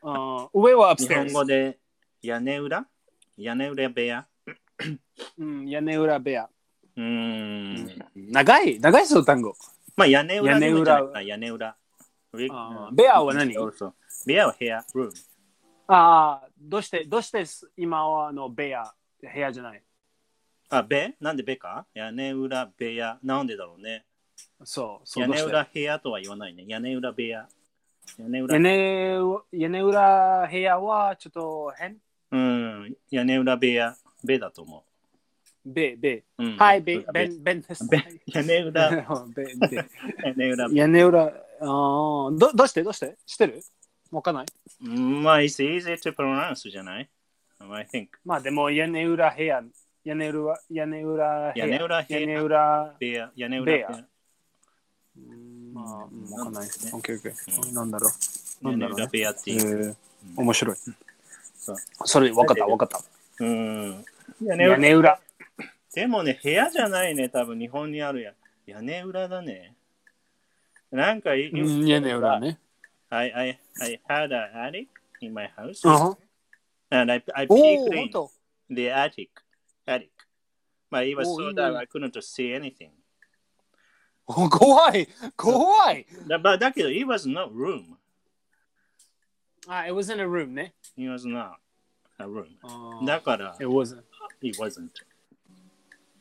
S1: あー上はアップス
S2: 日
S1: テ
S2: 本語
S1: ー
S2: で屋根裏屋根裏部屋。
S1: うん、屋根裏部屋。
S2: うーん。
S1: 長い、長いその単語。
S2: まあ、屋根裏でもいいんじゃないかな。屋根裏。
S1: あー部屋は何
S2: そうそう部屋は部屋、ルーム。
S1: ああ、どうして、どうして今はあの部屋、部屋じゃない。
S2: あ、べなんでべか屋根裏部屋。なんでだろうね。
S1: そう、そう
S2: 屋
S1: どう
S2: 根
S1: して
S2: 裏部屋とは言わないね。屋根裏部屋。屋根裏。
S1: 屋根屋根裏部屋はちょっと変
S2: うん。屋根裏部屋。べだと思
S1: べ、べ。
S2: う。うん
S1: はい、べ、べ
S2: べ
S1: ん、べんです。
S2: べ屋根裏。
S1: <laughs> べべ
S2: 屋根裏。
S1: 屋根裏、ああ、どどうしてどうして知ってるわかんない。
S2: うんまあ、it's easy to pronounce じゃない ?I think.
S1: まあでも屋根裏部屋、屋根裏、屋根裏部
S2: 屋根
S1: 屋、
S2: 裏部
S1: 屋根
S2: 屋。
S1: 裏、
S2: 部屋。屋根裏
S1: 部
S2: 部
S1: 屋
S2: 屋。
S1: うんまあ、うんわかんないですね。
S2: う
S1: オ
S2: ん
S1: ッケーオッケー。
S2: う
S1: なんだろう。な
S2: 屋
S1: んだ
S2: 根
S1: ろうね
S2: 裏。部屋って
S1: え
S2: いう。
S1: ー
S2: うん
S1: 面白い
S2: そう。
S1: それ、わかったわかった。
S2: うん。屋根
S1: 屋
S2: 裏。
S1: 根裏。
S2: でもね、部屋じゃないね。多分日本にあるや。屋根裏だね。なんかい、
S1: うん屋根裏ね。
S2: I, I, I had an attic in my house,
S1: うん
S2: and I, I
S1: お
S2: peeked
S1: お、ほん
S2: in
S1: と。
S2: the attic. attic. But it was
S1: Oh,
S2: so
S1: yeah.
S2: dark I couldn't see anything.
S1: お怖い怖い
S2: That- But だけど、it was not room.
S1: あ、it was in a room ね。
S2: It was not a room.
S1: だ
S2: だから、
S1: It wasn't.
S2: it wasn't.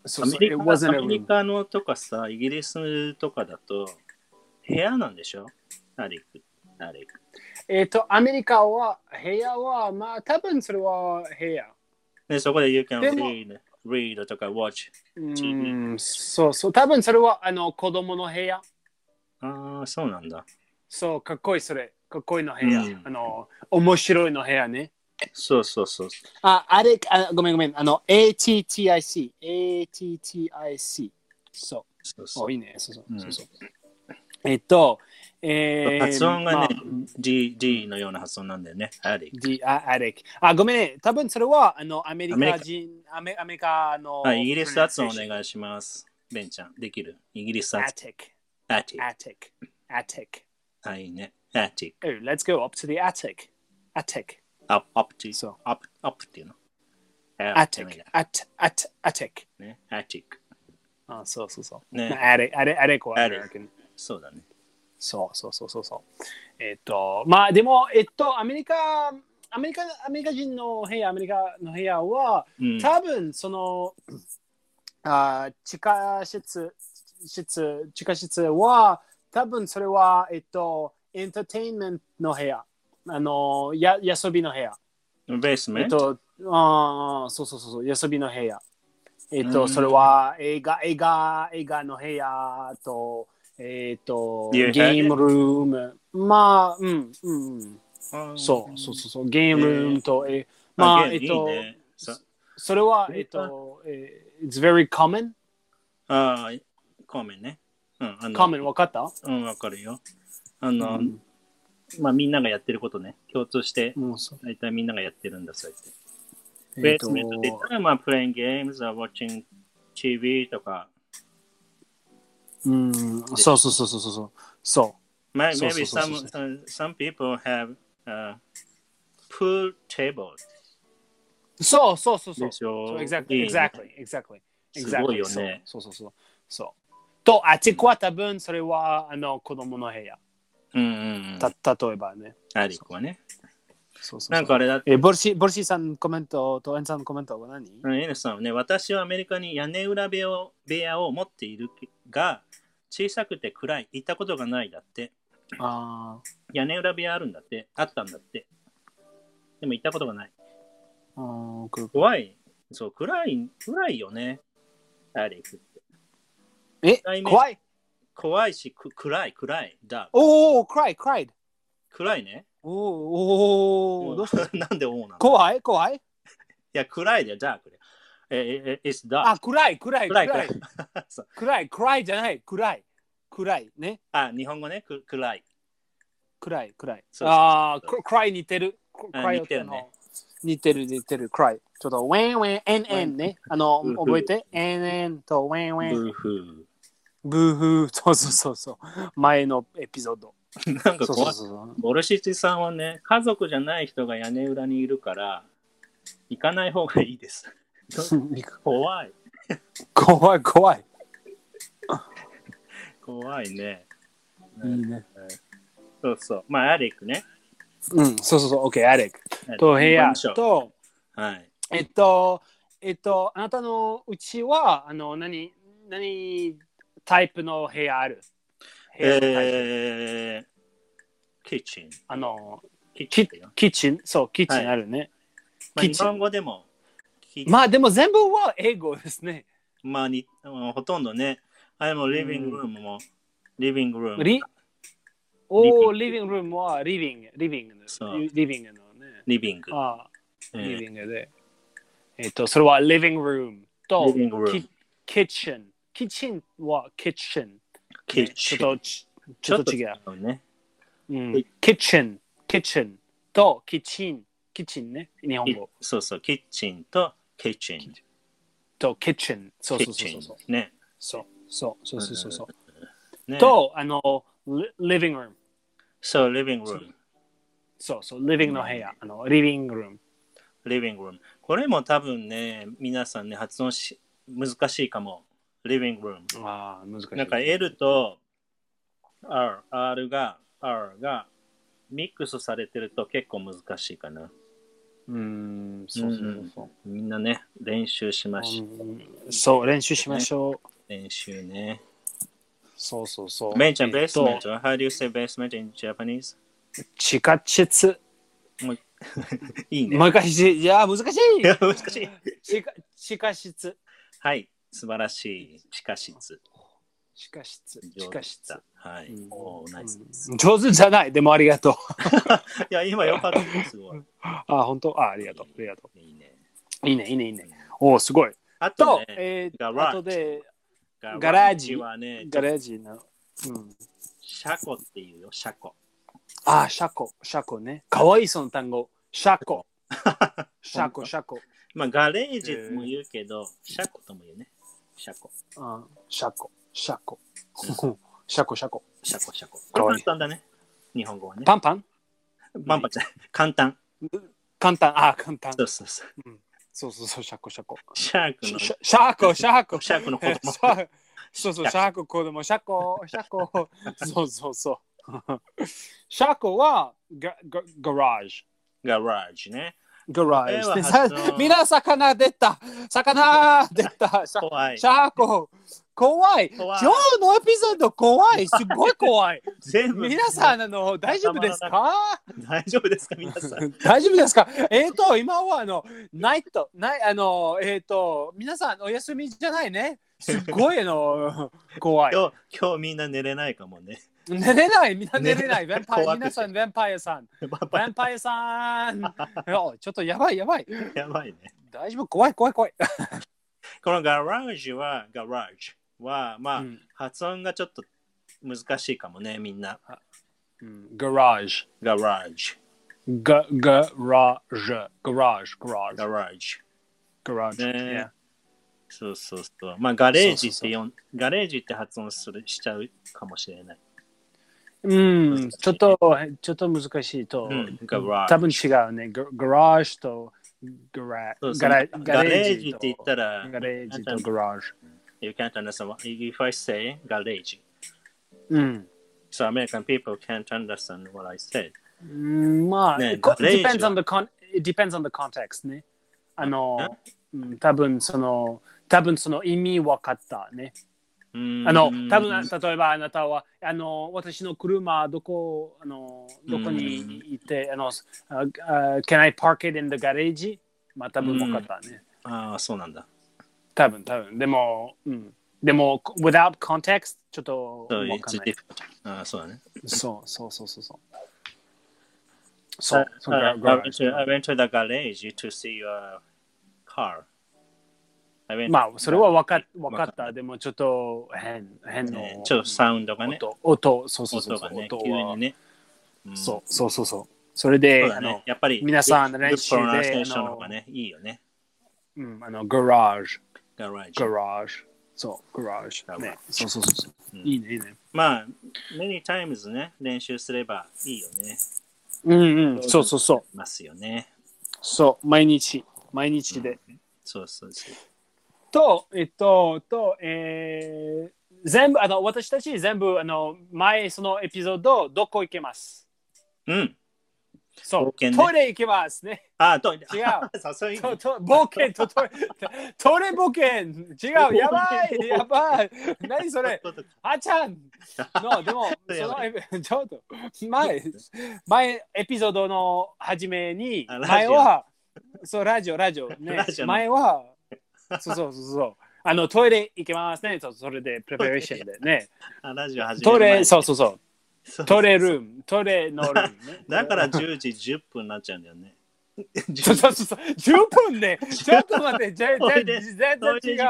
S1: そ
S2: ア
S1: うそ
S2: メ
S1: う。It
S2: リカ
S1: wasn't
S2: ア
S1: a
S2: メリ
S1: room.
S2: カのとかさ、イギリスとかだと、部屋なんでしょアリック。アリック。
S1: えっと、アメリカは、部屋は、まあ、多分それは部屋。
S2: で、そこで you can
S1: でも
S2: read, read とか watch.
S1: うーん、そうそう。多分それは、あの、子供の部屋。
S2: ああ、そうなんだ。
S1: そう、かっこいいそれ。かっこいいの部屋
S2: うん。
S1: あの、面白いの部屋ね。
S2: そうそうそう。
S1: あ、あれ、あごめんごめん。あの、ATTIC。ATTIC。そ
S2: そう
S1: う。
S2: そ
S1: お、
S2: う
S1: いいね。そうそうう。
S2: ん
S1: そうそうえっと、えー、
S2: 発音が
S1: まあ
S2: ね、D、D のような発音なんだよね。アレック
S1: D- あアレックあ、ごめんね。多分それは、あの、アメリカ人、アメアメリカの。
S2: はい、イギリス発音お
S1: ね。
S2: 願いします。ベンちゃん、できるイギリス
S1: ア
S2: 発
S1: ティック。
S2: 音。アティッ
S1: アティック。アティック。
S2: ク。はい、いいね。アティック。
S1: Oh, let's go up to the attic. Attic.
S2: アップ、アップティ
S1: そう
S2: アップ、アップっていうの。アティ
S1: Attic.
S2: ッ
S1: At, at, attic.
S2: ク。ね、アティック。
S1: あ、そうそうそう。
S2: ね
S1: まあ、アレアレアレコは
S2: Attic
S1: American
S2: そうだね。
S1: そうそうそうそうそう。えっと、まあでも、えっと、アメリカ、アメリカ、アメリカ人の部屋、アメリカの部屋は、
S2: うん。
S1: 多分その、あー地下室、室、地下室は、多分それは、えっと、エンターテインメントの部屋、あの、や遊びの部屋。
S2: ベースメ
S1: えっ
S2: ント。
S1: と、あーそうそうそうそう、遊びの部屋。えっと、
S2: うん
S1: それは映画、映画、映画の部屋と、えっと、ゲ
S2: You heard
S1: ームルーム。まあ、うん、うん、うん。そうそうそうそう、ゲームルームと、えまあ、えっと、
S2: いいねそう
S1: それは、
S2: そう
S1: えっと、えー it's very common?
S2: ああ、コメンね。うん、あの、
S1: common わかった
S2: うん、わかるよ。あの、まあみんながやってることね。共通して、
S1: もうそう。
S2: 大体みんながやってるんだ、そうやって。
S1: え
S2: ベ
S1: っ
S2: ース
S1: と
S2: メントで言ったら、まあ、プレインゲームズ、watching TV とか、
S1: うん、そうそうそうそうそう。そう。
S2: まあ、
S1: そうそう
S2: maybe
S1: そうそう
S2: some, some, some people have a pool table
S1: そうそうそうそう
S2: で。しょ。
S1: そう、
S2: いい
S1: exactly,
S2: ね
S1: exactly, exactly.
S2: すごいよ
S1: exactly.
S2: ね
S1: そうそうそう。そう。と、あちこは多分それはあの子供の部屋。
S2: うんうんうん。
S1: た例えばね。
S2: アリコはね。
S1: そうそうそう
S2: なんかあれだって、
S1: えボルシボルシさんのコメントとエンさんのコメントは何、
S2: うんエネさんはね、私はアメリカに屋根裏部屋を部屋を持っているが、小さくて暗い、行ったことがないだって。
S1: あ
S2: 屋根裏部屋あるんだって、あったんだって。でも行ったことがない。
S1: ーあー、く
S2: 怖い。そう、暗い、暗いよね。アレックって。
S1: え
S2: 暗い、目
S1: 怖い。
S2: 怖いし、く暗い、暗い。だ、
S1: おお、暗い、暗い。
S2: 暗いね。
S1: おーお
S2: う
S1: ー
S2: ん
S1: どうし
S2: <laughs> なんで思うなのい
S1: 怖い、怖い。
S2: や、暗いで、ダークで。え、え、え、it's dark.
S1: あ、暗い、暗い、
S2: 暗
S1: 暗
S2: い、
S1: い、暗
S2: 暗い
S1: い、。
S2: <laughs> そう
S1: 暗いじゃない、暗い。暗い、ね。
S2: あ、日本語ね、く暗い。
S1: 暗い、暗い。
S2: そうそうそう
S1: ああ、く暗い似てる。く
S2: あ
S1: 暗い
S2: 似てるね
S1: 似てる似てる、暗い。ちょっと、ウェンウェン、エンエンね。あの
S2: うん、
S1: 覚えて。エンエンとウェンウ
S2: ブ
S1: ェン。
S2: ーフ
S1: ブーフー。そうそうそうそう。前のエピソード。
S2: ー。なんか
S1: そうそ
S2: 怖
S1: う
S2: い。
S1: そう。
S2: ボルシチさんはね、家族じゃない人が屋根裏にいるから、行かない方がい
S1: <laughs>
S2: いです。怖い。
S1: 怖い、怖い。
S2: 怖いね。
S1: いいね。
S2: そうそう。まあ、アレックね。
S1: うん、そうそうそう。OK、アレック。と、部屋と、
S2: はい。
S1: えっと、えっと、あなたのうちは、あの、何、何タイプの部屋ある部屋のタイプ
S2: えー、キッチン。
S1: あの、
S2: キッ
S1: キ
S2: チン
S1: ッ
S2: だよ。
S1: キッチン、そう、キッチ
S2: はい
S1: ンあるね。
S2: まあ、
S1: キッ
S2: 日
S1: チン
S2: 本語でも、キ
S1: まあでも全部は英語ですね。
S2: まあに、うんほとんどね、あれもリビングルームも、リビングルーム、
S1: リおー、
S2: <laughs> リ
S1: リビングルームはリビング、リビング
S2: そう
S1: の、リビングのね。
S2: リビング、
S1: ああ、
S2: え
S1: リ
S2: ー
S1: ビングで。えっと、それはリビングルームと
S2: Living room
S1: キキッチン。キッチンはキッチン。
S2: キッチン。
S1: ちょっとち、ちょっと違う。
S2: うね。
S1: うんキッチン、キッチンとキッチン、キッチンね、日本
S2: い
S1: 語。
S2: そうそう、キッチンとキッチン。
S1: とキッチン。そう
S2: キ
S1: そ
S2: ッ
S1: うそう
S2: チ
S1: そ
S2: ン
S1: う。。
S2: ね。
S1: そうそうそうそうそうそう。
S2: ね
S1: と、あの、リリビングルーム。
S2: そう、リビングルーム。
S1: そうそう、リビングの部屋、あの、リビングルーム。
S2: リビングルーム。これも多分ね、皆さんね、発音し難しいかも。リビングルーム。
S1: ああ、難しい。
S2: なんか L と R、R が、R がミックスされてると結構難しいかな。
S1: うーん、そうそうそう。
S2: みんなね、練習しましょう。
S1: うんそう、練習しましょう。
S2: 練習ね。
S1: そうそうそう。
S2: ベンちゃん、ベ
S1: え
S2: ー
S1: っ
S2: ス
S1: と
S2: メント。How do you say basement in Japanese?
S1: 地下鉄。
S2: もういいね。
S1: もう一回し、いや、難
S2: <laughs>
S1: しい。
S2: いや <laughs> 難しい。
S1: 地下地下室。
S2: はい、素晴らしい。地下室。
S1: 地下室。地
S2: 上手
S1: 下
S2: でし
S1: 室
S2: た。。はい。
S1: うん
S2: おーナイス。い
S1: うん上手じゃない。でもありがとう。
S2: や、今良かったです。すごい。
S1: あ、本当あ、ありがとう。ありがと
S2: いいね。
S1: う。いいね、いいね、いいね。おお、すごい。
S2: あと
S1: と、
S2: ね、
S1: えー、
S2: ガラ
S1: あ
S2: ージ
S1: とで、
S2: ガ
S1: ガ
S2: ラ
S1: ラ
S2: ー
S1: ー
S2: ジ
S1: ジ
S2: はね、
S1: ガレージの。うん、
S2: 車庫っていうよ、車庫。
S1: あ、シャコ、シャコね。かわいいその単語。シャコ。シャコ、シャコ。
S2: まあ、ガレージも言うけど、車庫とも言うね。車庫。
S1: うんシャコ、シャコ。シャコ、シャコ。
S2: 車庫、車庫。
S1: かわい
S2: 簡
S1: い
S2: 単だね。日本語はね。
S1: パンパン
S2: バンバンじゃない。簡単。
S1: 簡単。あ、簡単。
S2: そうそうそう。
S1: そうそうそう、シャコ、シャコ。
S2: シャーク
S1: シ
S2: の、
S1: ャシャコ、シャコ。
S2: シャークの子供。
S1: <laughs> そうそう、シャコ子供、シャコ、シャコ。そうそうそう。シャコはガガガラージ。
S2: ガラージね。
S1: ガラージ。で
S2: これは
S1: さ
S2: 発音
S1: みんな魚出た魚出たシャ
S2: 怖い
S1: シ。ャコ怖い
S2: 怖い
S1: 今日のエピソード怖
S2: <laughs>
S1: いすごい怖い
S2: 全部。
S1: 皆さんあの大丈夫ですか
S2: 大丈夫ですか、
S1: <laughs>
S2: 皆さん。
S1: 大丈夫ですかえっ、ー、と、今はあの、ナイト、ない、あの、えっ、ー、と、皆さんお休みじゃないね。すっごいあ
S2: <laughs>
S1: の、怖い。
S2: 今日、今日みんな寝れないかもね。 <laughs>
S1: 寝れない、みんな寝れない。ヴ
S2: 寝れな
S1: ァ
S2: い
S1: ンパイ
S2: <laughs> 怖
S1: ア、
S2: くて
S1: 皆さん、ヴァンパイアさん。
S2: バン
S1: ヴ
S2: バ
S1: ァンパイアさん。おちょっとやばい、やばい。
S2: ンやばいね。
S1: 大丈夫、怖い、怖い、怖い。
S2: このガラージは、ガラージは、まあ、
S1: うん
S2: 発音がちょっと難しいかもね、みんな。
S1: ガラージ。
S2: ガラージ、
S1: ガ、ガラージ。ガラージ、ガラー
S2: ガ
S1: ジ。
S2: ラージ。
S1: ガラージ。
S2: ねそうそうそう。まあ、ガレージってよんガレージって発音するしちゃうかもしれない。
S1: うん、ちょっと、ちょっと難しいと、
S2: うんガラージ
S1: 多分違うね。ガガラージュとガラ
S2: そうそう
S1: ガラ
S2: ガレージって言った
S1: ら、
S2: ら、
S1: ガレージとガラージュ。
S2: You can't understand what if I say garage.
S1: うん。
S2: So American people can't understand what I said.
S1: うんまあ、
S2: ね
S1: こ
S2: ガレージは
S1: depends on the con it depends on the context ね。あの、うん多分その、多分その意味分かったね。
S2: うーん
S1: あの、多分例えばあなたは、あの、私の車どこ、あの、どこに行って、あの、ああ can I park it in the garage? まあ多分分かったね。
S2: ああ、そうなんだ。
S1: 多分多分でも、うん、でも without context ちょっと
S2: そう、
S1: わ
S2: it's
S1: かんない
S2: different. ああ、そうだね。
S1: そうそうそうそう
S2: <laughs>
S1: そうそ
S2: So,
S1: うそう
S2: I,
S1: gar-
S2: went to, I
S1: garage
S2: went to the garage to see your car. I went
S1: まあそれはわかわ
S2: わか
S1: か
S2: った
S1: ったでもちょっと変変の、
S2: ねちょっとサウンドがね、
S1: 音音そうそうそ
S2: 音
S1: うそ
S2: が
S1: う
S2: ね、
S1: 音
S2: 急に
S1: は
S2: ね。うん
S1: そうそうそうそうそれで、
S2: そう
S1: あ
S2: だ
S1: の
S2: ね、やっぱり
S1: 皆さん
S2: good-
S1: 練習
S2: good
S1: で
S2: pronunciation
S1: あの
S2: の方がね、いいよね。
S1: うんあの garage
S2: ガラージ。
S1: garage そう garage
S2: Garage
S1: ねそうそうそうそう、
S2: うん
S1: いいねいいね
S2: まあ、many times ね、練習すればいいよね。
S1: うんうんそうそうそう
S2: ますよね。
S1: そう毎日毎日で、
S2: そうそうそう。
S1: と、えっと、と、えー、全部、あの、私たち全部、あの、前、そのエピソード、どこ行けます
S2: うん。
S1: そ
S2: 冒険
S1: う、
S2: ね
S1: トイレ行けますね。
S2: あ、と、違う <laughs>
S1: う
S2: そういう意
S1: と
S2: 味。
S1: と冒険とトイレ、トイレ冒険、違う、やばい、やばい、何それ、
S2: そういうことか
S1: あちゃ
S2: <laughs>
S1: んの、でも、そ
S2: やば
S1: のエ <laughs> ピ、ちょっと、前、前、エピソードの初めに、
S2: あラジ
S1: 前
S2: オ
S1: は、そう、ラジオ、ラジオ、ね
S2: ラジオ、ね
S1: 前は、そうそうそうそう、あの、トイレ行けますね、そうそれで、プレパレーションでね、
S2: あ <laughs> ラジオ始め
S1: ト
S2: る
S1: イ
S2: 前
S1: レ、
S2: に
S1: そうそうそう、
S2: そう
S1: トイレルーム、トイレのルームね。
S2: <laughs> だから10時10分になっちゃうんだよね。
S1: <laughs> そうそうそう、10分で、ちょっと待って、全
S2: トイ
S1: 然
S2: レ
S1: 全
S2: トイレ
S1: 然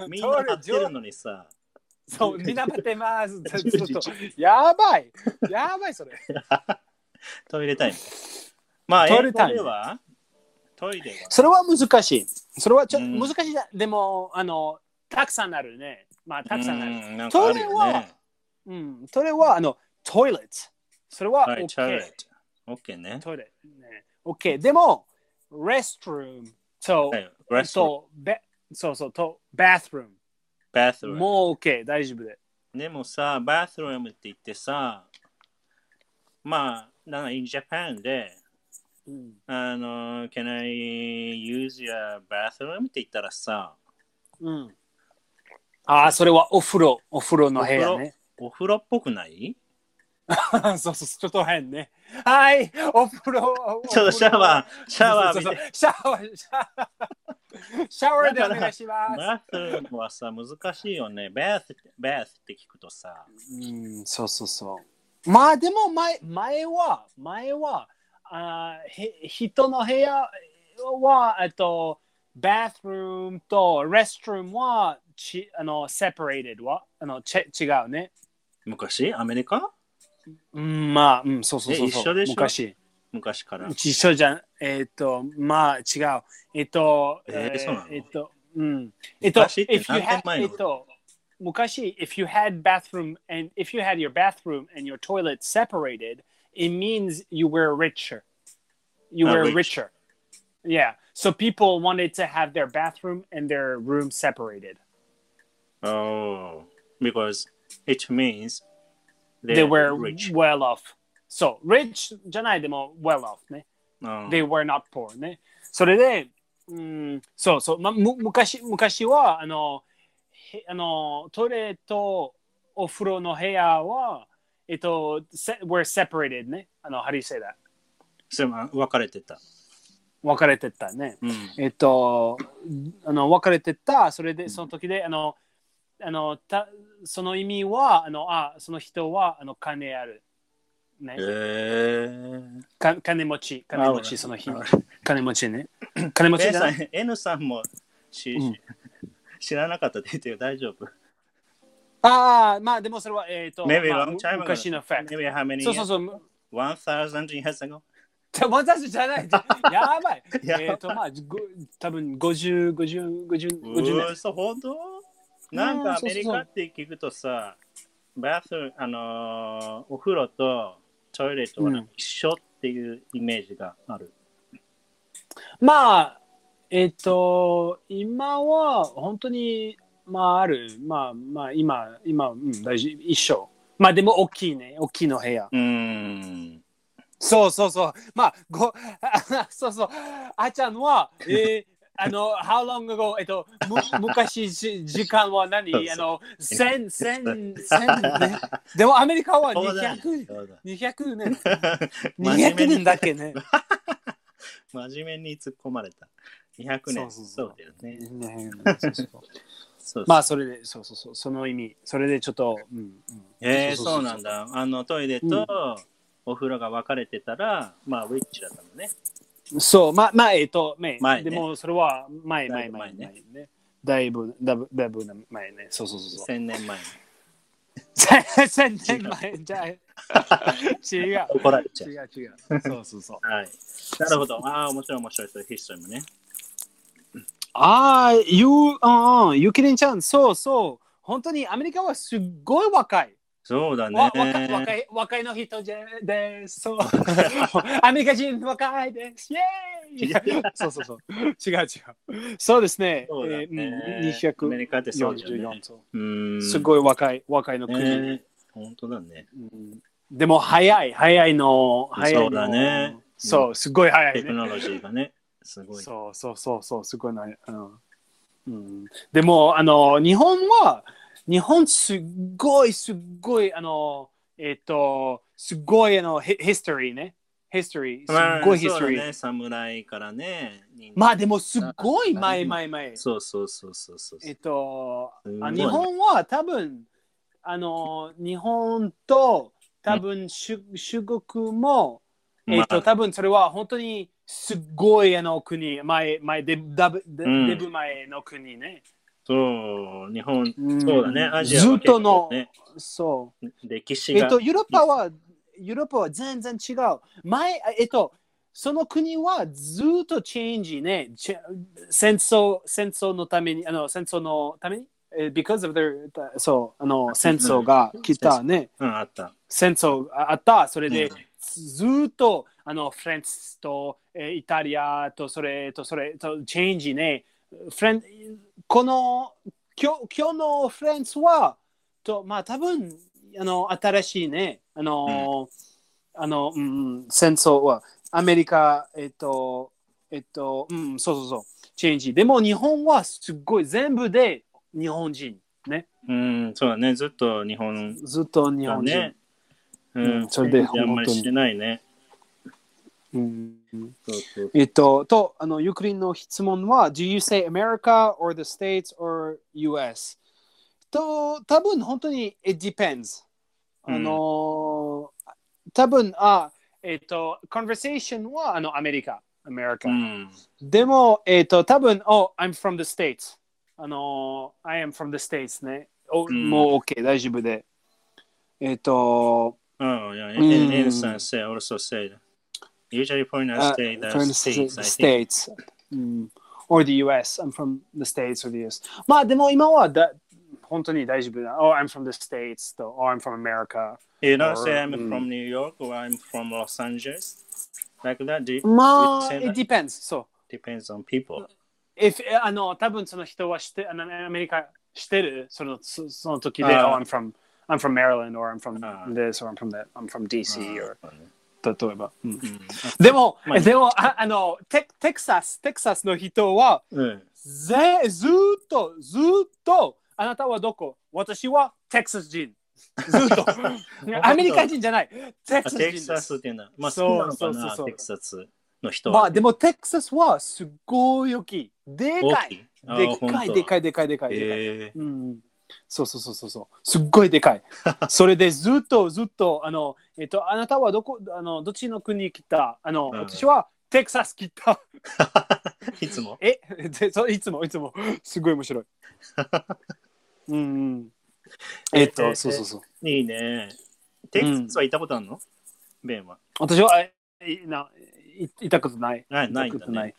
S1: 違う。
S2: みんな待ってるのにさ、
S1: そう、みんな待ってます。ちょ
S2: 10時
S1: っとやばい、やばい、それ。
S2: トイレタイム。まあ、
S1: トイ
S2: 英
S1: レ
S2: 語
S1: タイム
S2: ではトイレは
S1: それは難しい。それはちょ、
S2: うん
S1: 難しいだ。でも、あの、たくさんあるね。まあ、たくさんある。
S2: うんなんかあるよね。
S1: うん。それは、あの、トイレット。それは、
S2: はい、トイ
S1: OK
S2: レ。。オッケーね。
S1: トイレ。ね、OK。でも、レストルーム。そ
S2: はい、
S1: う、
S2: レスト
S1: そう、べそうそう、と、バスルー
S2: バス
S1: ム。
S2: ルーム。
S1: もう OK。大丈夫で。
S2: でもさ、バスルームって言ってさ、まあ、なんか、in Japan で、
S1: うん、
S2: あの、can I use your bathroom? って言ったらさ、
S1: うん。ああ、それはお風呂、お風呂の部屋ね。
S2: お風呂っぽくない
S1: <laughs> そうそう、ちょっと変ね。はい、お風呂。 <laughs>
S2: ちょっとシャワー、シャワー
S1: そうそ
S2: みた
S1: う
S2: い
S1: シャワー、シャワー。 <laughs> シャワーでお願いします。
S2: バスはさ、難しいよね。バス、バスって聞くとさ。
S1: うん、そうそうそう。まあでも前前は、前はあーへ、人の部屋は、えっと、バスルームとレストルームはちあの、セパレートはあのち違うね。
S2: 昔アメリカ
S1: うん、まあ、うん、そうそうそうそう。
S2: え一緒でしょ
S1: 昔。
S2: 昔から。
S1: 一緒じゃん。えっと、まあ違う。えっと、
S2: えーそうなの
S1: えっと、うん。えっと、
S2: 昔って何
S1: if you
S2: 年
S1: had,
S2: 前
S1: え
S2: の
S1: っと、昔、if you had bathroom and if you had your bathroom and your toilet separated, it means you were richer. You
S2: Ah,
S1: were
S2: rich.
S1: richer. Yeah. So people wanted to have their bathroom and their room separated.
S2: Oh, because it means
S1: They, were well off. So, rich じゃないでも well off ね。
S2: うん、
S1: they were not poor ね。それで、うん、そうそう、ま、む昔昔はあのへあのトイレとお風呂の部屋は、えっと、せ were separated ね。あの、ハリセだ。
S2: それも分かれてた。
S1: 分かれてったね。
S2: うん。
S1: えっと、あの分かれてた、それで、その時で、あの、あのたその意味は、あの、あ、その人は、あの、金ある。ね
S2: え。ー、
S1: か金持ち、金持ち、その日。金持ちね。金持ち
S2: N
S1: じゃな
S2: さ
S1: い。
S2: ん N さんもし、
S1: うん
S2: 知らなかったって言ってよ、大丈夫。
S1: ああ、まあでもそれは、えっ、ー、と、
S2: Maybe
S1: まあ
S2: long time ago.
S1: 昔のファク
S2: Maybe how many
S1: ト。そうそう
S2: years?
S1: そう。
S2: 1,000 years ago?
S1: じゃあ、私じゃないで。やばい。
S2: やばい
S1: えっと、まあ、ご多分50、50、50、50
S2: う
S1: 年。
S2: そ、本当なん
S1: うん
S2: かア
S1: そうそうそう
S2: メリカって聞くとさ、バス、あのーお風呂とトイレとは
S1: うん
S2: 一緒っていうイメージがある。
S1: まあ、えっ、と、今は本当に、まあ、ある。まあ、まあ、今、今、うん、大事、一緒。まあ、でも大きいね。大きいの部屋。
S2: うん。
S1: そうそうそう。まあ、ご、 <laughs> あそうそう。あちゃんは、
S2: <laughs>
S1: えー、あの、How long ago? えっと、む昔じ時間は何
S2: そうそう
S1: あの、千、
S2: <laughs>
S1: 千、千ね。でもアメリカは
S2: そうだ
S1: 200、
S2: そうだ
S1: 200年、
S2: <laughs> 真面目
S1: 200年
S2: に
S1: だけ
S2: <laughs>
S1: ね。
S2: 真面目に突っ込まれた。200年。
S1: そうそう
S2: そ
S1: そう
S2: うだよね。
S1: ねそうそうそう
S2: そうそう
S1: まあ、それで、そうそうそう、その意味、それでちょっと、うん。うん
S2: えー、そうなん。だ。あのトイレ
S1: うん
S2: とお風呂が分かれてたら、まあ、ウィッチだったのね。
S1: そう、まあ、まあ、えっと、前
S2: 前ね
S1: でも、それは前、
S2: だい
S1: 前、
S2: ぶ
S1: 前、
S2: 前ね
S1: 前ね。だいぶ、だいぶ、だいぶ前ね。そうそうそうそう。
S2: 1000年前に。
S1: 全然前じゃない。違う。
S2: 怒られちゃ
S1: 違
S2: う。
S1: う違う。そうそうそう。
S2: はい。なるほど。ああ、面白い面白い。そういうヒストリーもね。
S1: ああ、ゆうんうん、ゆきりんちゃん、そうそう。本当にアメリカはすっごい若い。
S2: そうだね。
S1: わ若い若い若いの人じゃです。そう。アメリカ人若いです。イ
S2: い
S1: ェ
S2: や
S1: ーイそうそうそう。違う違う。そうですね。
S2: そうだね
S1: えー
S2: ア
S1: うん
S2: メリカってそうだよね
S1: 244。そう
S2: うーん。
S1: すごい若い若いの
S2: ね
S1: 国。
S2: 本当だね。
S1: うんでも早い早いの早いの
S2: そうだね
S1: そうすごい早
S2: テ
S1: い
S2: ク
S1: ね
S2: ノロジーがね、すごい。
S1: そうそうそうそうすごいなあの、うん、でもあの日本は日本すっごいすっごいあのえっとすごいあのヒヒストリーねヒストリーす
S2: まあ
S1: っごいヒス
S2: そ
S1: ト
S2: う
S1: リ
S2: だ
S1: ー
S2: ね、侍からね。
S1: まあでもすっごい前前前
S2: そうそうそうそうそう。
S1: えっと
S2: すご
S1: あ
S2: いね
S1: 日本は多分あの日本と多分しゅ中国も、
S2: まあ
S1: えっと多分それは本当にすっごいあの国前前デブだぶデ
S2: うん
S1: デブ前の国ね、
S2: そう、日本、
S1: うん
S2: そうだね、アジア
S1: ず
S2: は
S1: っ
S2: 結構
S1: との、
S2: ね、
S1: そう
S2: 歴史
S1: えっ
S2: が
S1: と、ヨーロッパは、ヨーロッパは全然違う。前、えっと、その国はずっとチェンジね。チェ戦争、戦争のために、あの、戦争のために、えー because of their, そう、あの、戦争が来たね。
S2: うん、あった。
S1: 戦争があった。それで、
S2: うん
S1: ずっと、あの、フランスと、えーイタリアと、それと、それと、チェンジね。フレンこの今日今日のフレンスはとまあ多分あの新しいねあの、あの、うんうん、戦争はアメリカえっとえっとうんそうそうそうチェンジでも日本はすっごい全部で日本人ね
S2: うん、そうだね、ずっと日本
S1: ずっと日
S2: が
S1: 本人、
S2: ね、う
S1: うん
S2: ん、
S1: それで
S2: あんまりしてないね。
S1: うん
S2: そうそう
S1: えっと、と、あの、ゆくりんの質問は、Do you say America or the States or US? と、多分本当に、it depends. あの、多分あ、えっと、conversation は、あの、アメリカ、アメリカ
S2: う。ん。
S1: でも、えっと、多分、oh, I'm from the States. あの、I am from the States ね。お
S2: うん
S1: もう OK、大丈夫で。えっと、
S2: Oh, yeah.
S1: Mm.
S2: In, in instance, say, also said, usually foreigners
S1: Uh,
S2: say that
S1: from the
S2: states, I think.
S1: States. Mm. Or the US. I'm from the States or the US. まあでも今はだ本当に大丈夫だ。Oh, I'm from the States. と Oh, I'm from America.
S2: You don't say
S1: Or-
S2: I'm
S1: mm.
S2: from New York or I'm from Los Angeles. Like that, do you,
S1: まあ、
S2: It's in-
S1: it depends. そう。
S2: depends on people.
S1: If, eh, あの、多分その人はして、あのアメリカしてる、そのそその時で、
S2: あ
S1: Oh,
S2: あ
S1: I'm from, I'm from Maryland or I'm from
S2: ああ
S1: this or I'm from that, I'm from DC or
S2: あー
S1: 例えば。うん
S2: うん
S1: でも
S2: まあ、
S1: でも、ああの、テテキサス、テキサスの人は、
S2: うん
S1: ぜずーっとずーっとあなたはどこ私はテキサス人。ずーっ
S2: <laughs>
S1: とアメリカ人じゃない。テキ
S2: あ
S1: サス
S2: テキ
S1: 人
S2: サ
S1: で
S2: ス
S1: す
S2: っていうのは、まあ、
S1: そう
S2: そうな
S1: そうそ
S2: のか
S1: う
S2: な、
S1: そう
S2: テキサスの人
S1: まあ
S2: は。
S1: でもテキサスはすごい大きい。でかい。
S2: 大
S1: で
S2: き
S1: っ
S2: い
S1: か
S2: あ
S1: いでっか
S2: い。
S1: いでっかいでっかいでっかい。
S2: え
S1: うんそうそうそうそうそう。すっごいでかい。それでずっとずっとあの、えっと、あなたはどこあのどっちの国来たあの、
S2: うん
S1: 私はテキサス来た。
S2: ーいつも
S1: え <laughs> でそういつもいつも <laughs> すごい面
S2: <laughs>
S1: 白い。うんうん。えっと、
S2: え
S1: そうそうそう。
S2: いいね。テキサスは行ったことあるのベンは。
S1: 私はあいないいたことない。
S2: ないないん
S1: 行ったこ
S2: だ
S1: とない
S2: ね。。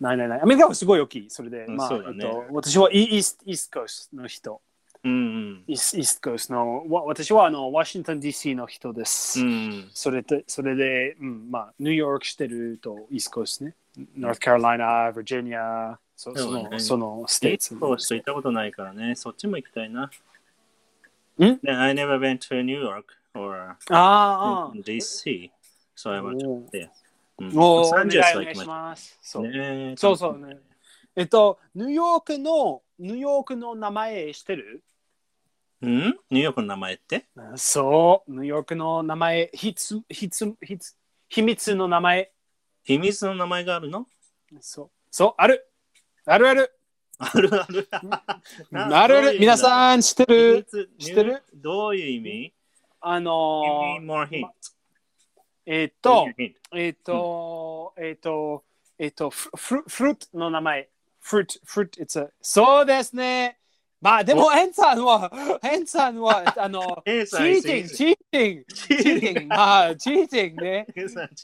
S1: ないないない。アメリカはすごい大きい。それで、
S2: うん
S1: まあ、
S2: そうだね
S1: えっと、私はイイースイーストコーストの人。
S2: うん
S1: イースイーストコーストの、わ私はあのワシントン DC の人です。
S2: うん。うん。
S1: それとそれで、うん、まあ、ニューヨークしてると、イーストコーストね。ノースカロライナ、ヴィジニア、そそ
S2: そうだね
S1: の、そのステ
S2: デ
S1: ー
S2: ー
S1: ツ。
S2: トコースト行ったことないからね、そっちも行きたいな。
S1: ん
S2: Then I never went to New York or
S1: ああ、ああ。
S2: DC, so I went
S1: お
S2: to
S1: ー
S2: there. うん
S1: おお、お
S2: サ
S1: 願
S2: ン
S1: い
S2: ゼルスは
S1: お
S2: 行
S1: 願いし
S2: きましょ
S1: ます。そうう,、
S2: ね
S1: そうそうね。えっと、ニューヨークの、ニューヨークの名前してる
S2: うんニューヨークの名前って
S1: そう、ニューヨークの名前、ひつ、ひつ、ひつ、秘密の名前。
S2: 秘密の名前があるの
S1: そう、そう、ある。あるある。
S2: ある
S1: <laughs>
S2: ある。
S1: あるある。皆
S2: ん、
S1: さん知って
S2: 秘
S1: る
S2: 密
S1: 知ってる
S2: どういう意味
S1: あ
S2: Give
S1: の
S2: me more hint.
S1: ー、えっと、
S2: Hint.
S1: えっと、えっと、えっと、フルフルーツの名前。フルーツ、フルーツ、it's a- そうですね。まあでも、エンさんは、エンさんは、
S2: <laughs>
S1: あの、
S2: エン
S1: チ
S2: さんいい
S1: ー
S2: ですいい
S1: ティ
S2: で
S1: ング、
S2: す
S1: チーティング、チーティング、まあ、チーティング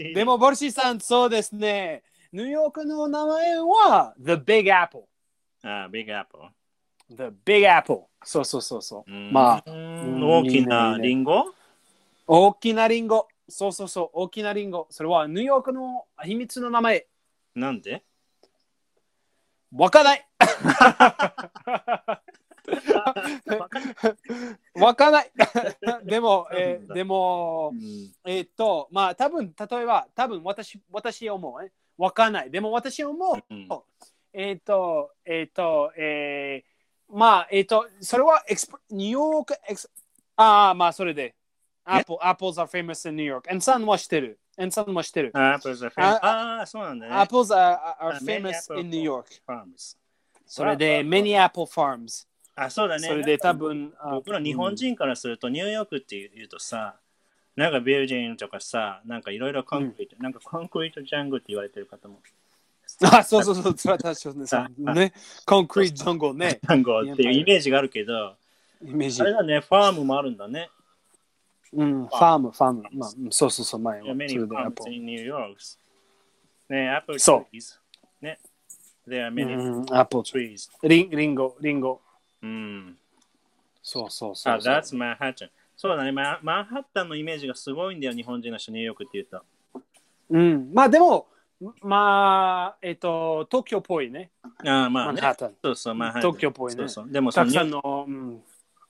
S1: ね。でも、ボルシーさん、そうですね。ニューヨークの名前は、The Big Apple。
S2: ああ、ビッグアップル。
S1: The Big Apple。そうそうそうそう。
S2: うん
S1: まあ、
S2: うん大きなリンゴ
S1: 大きなリンゴ。そうそうそう、大きなリンゴ。それは、ニューヨークの秘密の名前。
S2: なんで
S1: わかない。わか <laughs> ない。でも、えーでも、えーっと、まあ、多分、例えば、多分、私、私思うね。わかない。でも、私思う。
S2: うん
S1: えーっと、えーっと、えーまあ、えーっと、それはエクスプ、ニューヨークエクス、ああ、まあ、それで。アップル、アップル are famous in New York。エンさんは知ってる。エンさんも知ってる。
S2: あー Apples are famous. あー、そうなんだ
S1: アッ
S2: ね。
S1: プル are, are
S2: あメリー
S1: famous
S2: apple
S1: in New York。
S2: Farms
S1: それで、many apple farms。
S2: あ、そうだね。
S1: それで多分、
S2: 僕ら日本人からするとニューヨークっていうとさ、なんかビルジンとかさ、なんかいろいろコンクリート、なんかコンクリートジャングルって言われてる方も、
S1: あ、そうそうそう、それは確かにそうね。コンクリートジャンゴね、
S2: ジャンゴっていうイメージがあるけど、
S1: イメージ
S2: あ。れだね、ファームもあるんだね。
S1: うん、ファーム、ファーム。まあ、うんそうそうそう、前は。それ
S2: Yeah, many
S1: で
S2: farms
S1: Apple。
S2: in New York. ね、apple
S1: そう
S2: trees. ね。There are
S1: う
S2: many
S1: ん、Apple tree。
S2: trees.
S1: リンリンゴ、リンゴ。
S2: うん。
S1: そうそうそ
S2: あ、
S1: うそう。
S2: That's Manhattan. そうだね、ママンハッタンのイメージがすごいんだよ、日本人の人、ニューヨークっていうと。
S1: うん、まあでも、まあ、えっと、東京っぽいね。
S2: ああ、ま
S1: マ
S2: あ
S1: ン
S2: ね
S1: ハ。ッタン。
S2: そうそう、マンハッタン。
S1: 東京っぽいね
S2: そうそう。でもそ
S1: た
S2: の
S1: く
S2: ニュ
S1: さ
S2: ー、
S1: んの、うん。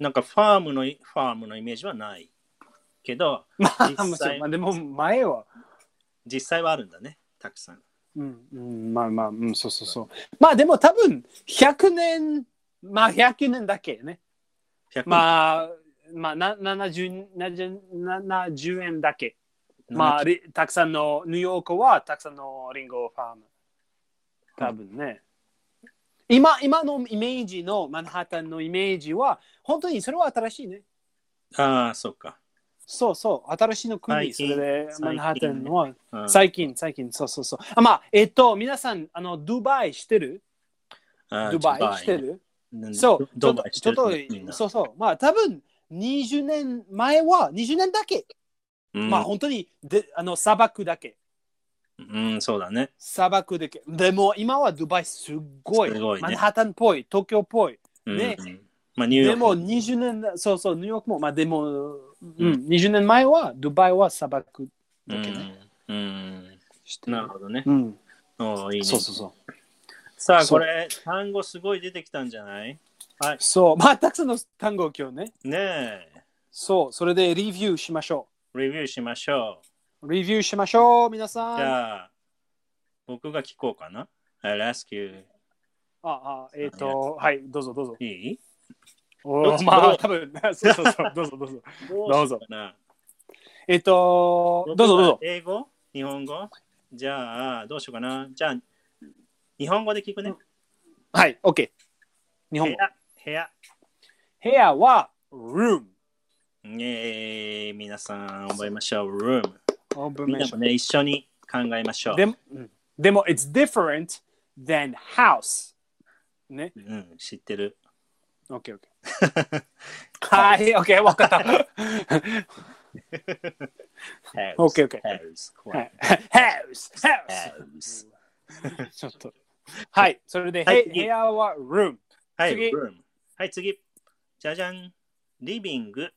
S2: なんかファームの、ファームのイメージはない。けど、
S1: も
S2: 実
S1: ちろん
S2: 際
S1: <laughs> まあ、でも、前は。
S2: 実際はあるんだね、たくさん。
S1: うん、うんまあまあ、うん、そうそうそう。まあでも、多分、100年、まあ100年だけね。
S2: 100
S1: まあ、まあ、な 70, 70, 70円だけ。まあ、りたくさんの、ニューヨークはたくさんのリンゴファーム。多分ね。今、今のイメージの、マンハッタンのイメージは、本当にそれは新しいね。
S2: ああ、そうか。
S1: そうそう、新しいの国、
S2: 最
S1: そ
S2: 近
S1: れで、マンハッタンは、
S2: うん
S1: 最近、最近、そうそうそう。あまあ、えっと、皆さん、あの、ドバイしてる
S2: あー
S1: ドバイしてる
S2: うん
S1: そう、ちょ
S2: ド
S1: っと
S2: バイし
S1: ちょっ
S2: てる
S1: と
S2: ねみん、な
S1: そうそう、まあ多分20年前は、20年だけ、
S2: うん
S1: まあ本当にであの砂漠だけ、
S2: うん、そうだね。
S1: 砂漠だけ。でも今はドバイすっごい、
S2: すごいね
S1: マンハッタンっぽい、東京っぽい。
S2: うん
S1: ね
S2: うんまあ、ニューヨ
S1: で
S2: ーク。
S1: も20年だ、そうそう、ニューヨークも、まあでも、うん、20年前はドバイは砂漠だけね。
S2: うんうん
S1: して
S2: なるほどね。
S1: うん、
S2: おーいいね。
S1: そうそうそう。
S2: さあ、
S1: そう
S2: これ、単語すごい出てきたんじゃないはい。
S1: そう、まあたくさんの単語を今日ね。
S2: ねえ、
S1: そう、それでレビューしましょ
S2: レビューしましょ
S1: う。レビューしましょう、皆
S2: う。
S1: さん。
S2: じ
S1: あ
S2: ゃあ、僕が聞こうかな。I'll ask you.
S1: あ、えっ、と、はい、どうぞどうぞ。
S2: いい
S1: お
S2: ど
S1: ー
S2: う
S1: ま
S2: どう
S1: あ、多分 <laughs> そうそう
S2: <laughs>
S1: そう、どうぞどうぞ。
S2: ど
S1: ど
S2: う
S1: う
S2: ぞ
S1: ぞ
S2: な。
S1: えっと、どうぞどうぞ。
S2: 英語日本語じゃあ、どうしようかな。じゃあ、日本語で聞くね。
S1: はい、OK。日
S2: 部
S1: 本語。
S2: 屋、部屋。
S1: 部屋は、room。
S2: ねえ、皆さん、覚えましょう。room。み
S1: Oh,
S2: んなも
S1: Observation
S2: ね、一緒に考えましょう。
S1: でも、うんでも、it's different than house。ね。
S2: うん、知っ
S1: <laughs>
S2: てる。
S1: OK、OK。はい、OK、わか <laughs> った。
S2: OK,
S1: OK,
S2: OK.
S1: OK は
S2: House.
S1: い <laughs> house、house。
S2: House.
S1: ちょっと。はい、それで、
S2: はい
S1: へ部屋は room。
S2: はい、
S1: 次
S2: room はい、次。じゃじゃん。リビング。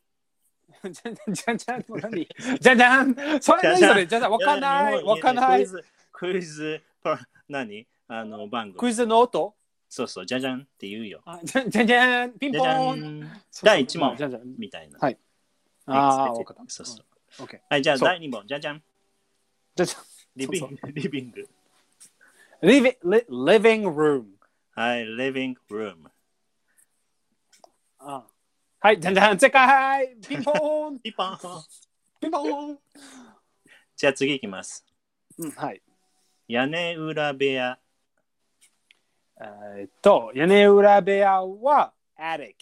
S1: じゃんじゃん、何じゃんじゃん。それ何それじゃんじゃん、わかんな
S2: や
S1: い、
S2: 日
S1: わ
S2: 本
S1: かんな
S2: クイ
S1: い。
S2: ズ、クイズ、パ何あの、番
S1: ク
S2: 組。
S1: イズの音
S2: そうそう、じゃじゃんって言うよ。
S1: あじゃんじゃんじゃん、ピン
S2: じ
S1: ポ
S2: ゃじゃ
S1: ーン。
S2: ん。
S1: そうそう
S2: 第1
S1: じゃ
S2: 問。
S1: んじゃん
S2: みたいな。
S1: はいああ、
S2: Expected
S1: わかっ
S2: そうそう。
S1: た。OK。
S2: はい、じゃあ
S1: そう
S2: 第2問。じゃじゃん。
S1: じゃじゃん。
S2: リビング。リビング。
S1: Living, li- living room。
S2: はい、living room。
S1: あはい、じゃんじゃん、世界ピンポーン
S2: ピンポン。
S1: ピンポ <laughs> ーン
S2: じゃあ次いきます。
S1: うん、はい。
S2: 屋根裏部屋。
S1: えーっと、屋根裏部屋は attic。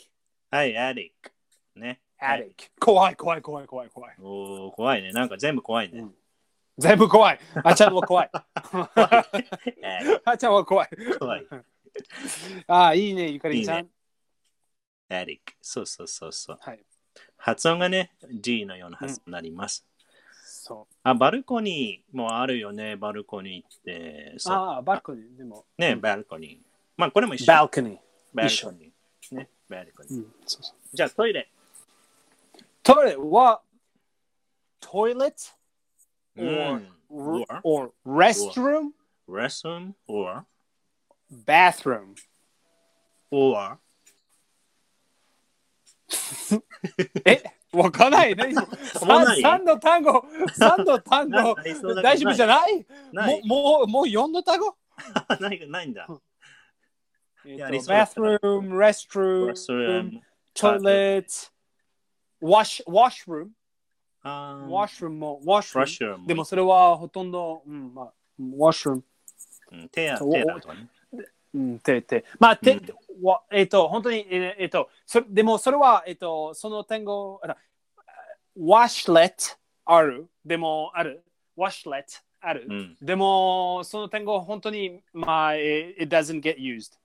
S2: はい、アリック。ね。
S1: attic。怖い、怖い、怖い、怖い、怖い。
S2: おお怖いね。なんか全部怖いね。
S1: 全部怖い。あちゃんは <laughs> 怖い。
S2: attic
S1: あちゃんは怖い。
S2: <laughs> 怖い。
S1: あいいね、ゆかりんちゃん。
S2: いいアリック。そうそうそうそう。
S1: はい。
S2: 発音がね、G のような発音になります。
S1: そ
S2: あ、バルコニーもあるよね。バルコニーって。
S1: う。
S2: そう
S1: ああ、バルコニー。でも、
S2: ね、バルコニー。まあ、これも一緒。
S1: バルコニー。
S2: バルコニー。ね、バルコニー。
S1: うん、そうそう。
S2: じゃあトイレ。
S1: トイレは、トイレット
S2: う
S1: or,
S2: ん。
S1: or,
S2: Or-
S1: or restroom,
S2: restroom or
S1: bathroom.
S2: or
S1: え、わかん
S2: <laughs>
S1: ないね。
S2: わかんない
S1: 三三の単
S2: <laughs>
S1: 語、三の単
S2: な
S1: 語
S2: んかありそうだけど
S1: 大丈夫じゃない？
S2: な
S1: も
S2: いう
S1: もうもう四の単語？
S2: ないないんだ。
S1: え
S2: やあり
S1: っ
S2: そ
S1: と
S2: うだったな
S1: bathroom、restroom、
S2: restroom。
S1: toilet、wash washroom、
S2: あー
S1: washroom も washroom。
S2: washroom。
S1: でもそれはほとんど、うんまあ、washroom、
S2: うん、手や手だとかね。
S1: うん、てて、まあて、
S2: うん
S1: わえっ、と本当にえっ、えっとそれでもそれはえっ、とその単語、あの washlet ある、でもある、washlet ある。
S2: うん。
S1: でも、その単語、本当に、まあ、it it doesn't get used。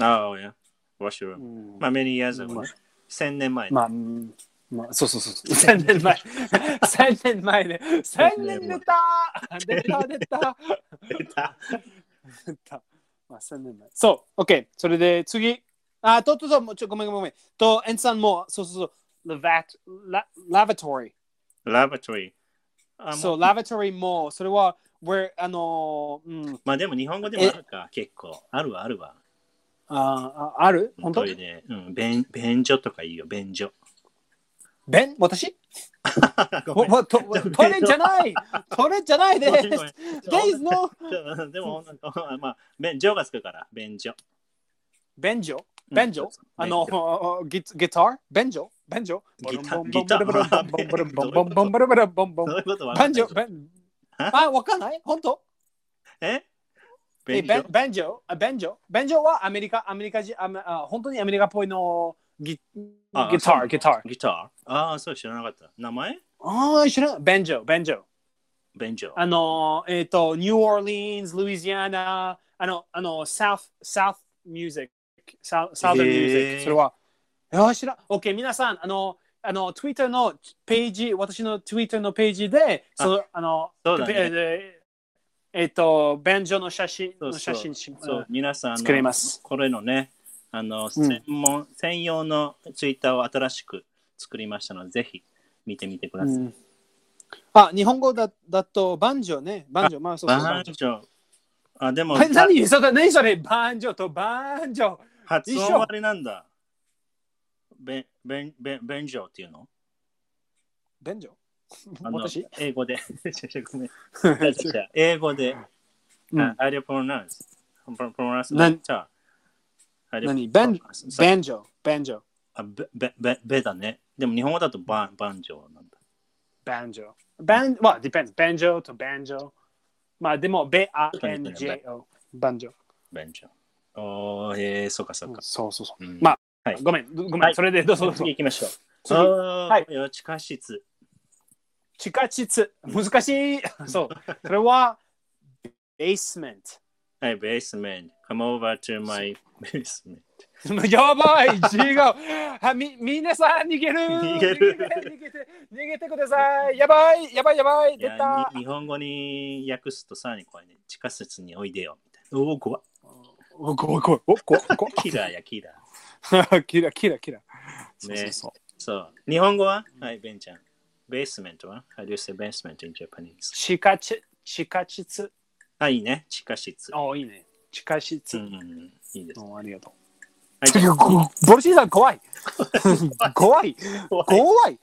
S2: ああ、いや。washroom。まあ、many years ago
S1: ま
S2: ね
S1: あ。
S2: 1000年前。
S1: まあ、うんまあ、そうそうそう。3年前。3年前で。3年出た出た出た出た。まあ、3年前。そう、OK。それで次。あ、とっとと、もうちょ、ごめんごめんごめん。と、エンさんも、そうそうそう。Lavat、ラ、lavatory。
S2: Lavatory。あ
S1: そ
S2: もう
S1: う、lavatory も、それは、where、あのー、うん、
S2: まあでも日本語でもあるか、結構。あるわ、あるわ。
S1: あ、あある本当
S2: トイレ。うん、便便所とかいいよ、便
S1: <laughs>
S2: 所。
S1: 便私
S2: ご
S1: わ
S2: めん
S1: わとトレじゃないトレじゃないで
S2: ごめん
S1: す
S2: ごめん
S1: デイズの
S2: <laughs> でも、なんかまあ、便所がつくから、便所。
S1: 便所ベンジョあの、ギギターベンジョベンジョ
S2: ギターギター
S1: ボンボルボンボンボンボルボンボルボンボンボンボンボンボンボン
S2: そういうことは
S1: ベンジョベンあ、わかんない本当え
S2: えベンジ
S1: ベン
S2: ョ
S1: ベンジョあベンジョベンジョはアメリカ、アメリカ人、ああ本当にアメリカっぽいのギ
S2: あ
S1: ギタ
S2: そう
S1: ー、ギター。
S2: ギターああ、そう知らなかった。名前
S1: ああ、知らん。ベンジョ、ベンジョ。
S2: ベンジョ。
S1: あの、えっ、と、ニューオーリンズ、ルイジアナ、あの、あの、サウス、サウスミュージック、サウスミュージッ
S2: へー
S1: ク、それは。ああ、知らん。OK、皆さん、あの、あの、Twitter のページ、私の Twitter のページで、その、あの、
S2: そうだね
S1: えーえっ、と、ベンジョの写真、
S2: そうそう
S1: の写真し
S2: そう、皆さんあの、
S1: 作ります
S2: これのね、あの、専門、専用のツイッターを新しく作りましたので、ぜひ見てみてください。
S1: うんあ、日本語だだと、バンジョね。バンジョ、まあ、そうそう。バ
S2: バ
S1: ン
S2: ン
S1: ジ
S2: ジョ。あ、でも、
S1: ョえ <laughs> 何それ何それバンジョとバンジョ。
S2: 発
S1: 一
S2: 音
S1: 緒
S2: あれなんだ。ベン、ベン、ベン、ベンジョっていうの
S1: ベンジョ
S2: あの
S1: 私 <laughs>
S2: 英語で。 <laughs> ごめん英語で。
S1: うん
S2: あ How do you pronounce? pronounce
S1: 何
S2: that? How do you
S1: 何ベン
S2: pronounce? さ
S1: ベンジョ、ベンジョ、
S2: あべべべべだね。でも日本語だとバンバンジョーなんだ。
S1: バンジョ。バン、まあ、depends。ベンジョとベンジョ。まあ、でも、ベア
S2: と似
S1: ン
S2: てる
S1: ジ
S2: ね
S1: ェオ、バンジョ。
S2: バンジョー。おー、えー、そうかそう
S1: うん
S2: か。
S1: そうそうそ
S2: うん
S1: ま。
S2: はいう
S1: ごめん、ご
S2: は
S1: め
S2: い
S1: ん、それでどうぞどうぞ
S2: 次。行きましょう。
S1: 次
S2: は。
S1: はい
S2: 地下室。
S1: 地下室、難し <laughs> い。そう。それは、ベースメント。 <laughs>
S2: はい、ベースメント。Come over to my basement.
S1: やばい違うはみ皆さん逃げる
S2: 逃げる
S1: 逃げて逃げて逃げてくださいやばいやばいやばい
S2: い
S1: 出
S2: や
S1: た
S2: に日本語に訳すとさらに怖いね。地下室においでよ。みたいなおお、怖い。
S1: お怖い怖いお怖い <laughs> 怖
S2: キラーやキラー。
S1: いキラキラキラそうそうそう
S2: そう。日本語ははい、ベンちゃん。ベースメントは ?How do you say basement in Japanese?
S1: 地下地地下室
S2: あ、いいね。地下室。
S1: おいいね地下
S2: う
S1: 室、
S2: んうんうん、いいです。
S1: おありがとう、
S2: はい
S1: いやこボルシーさん怖い怖い怖い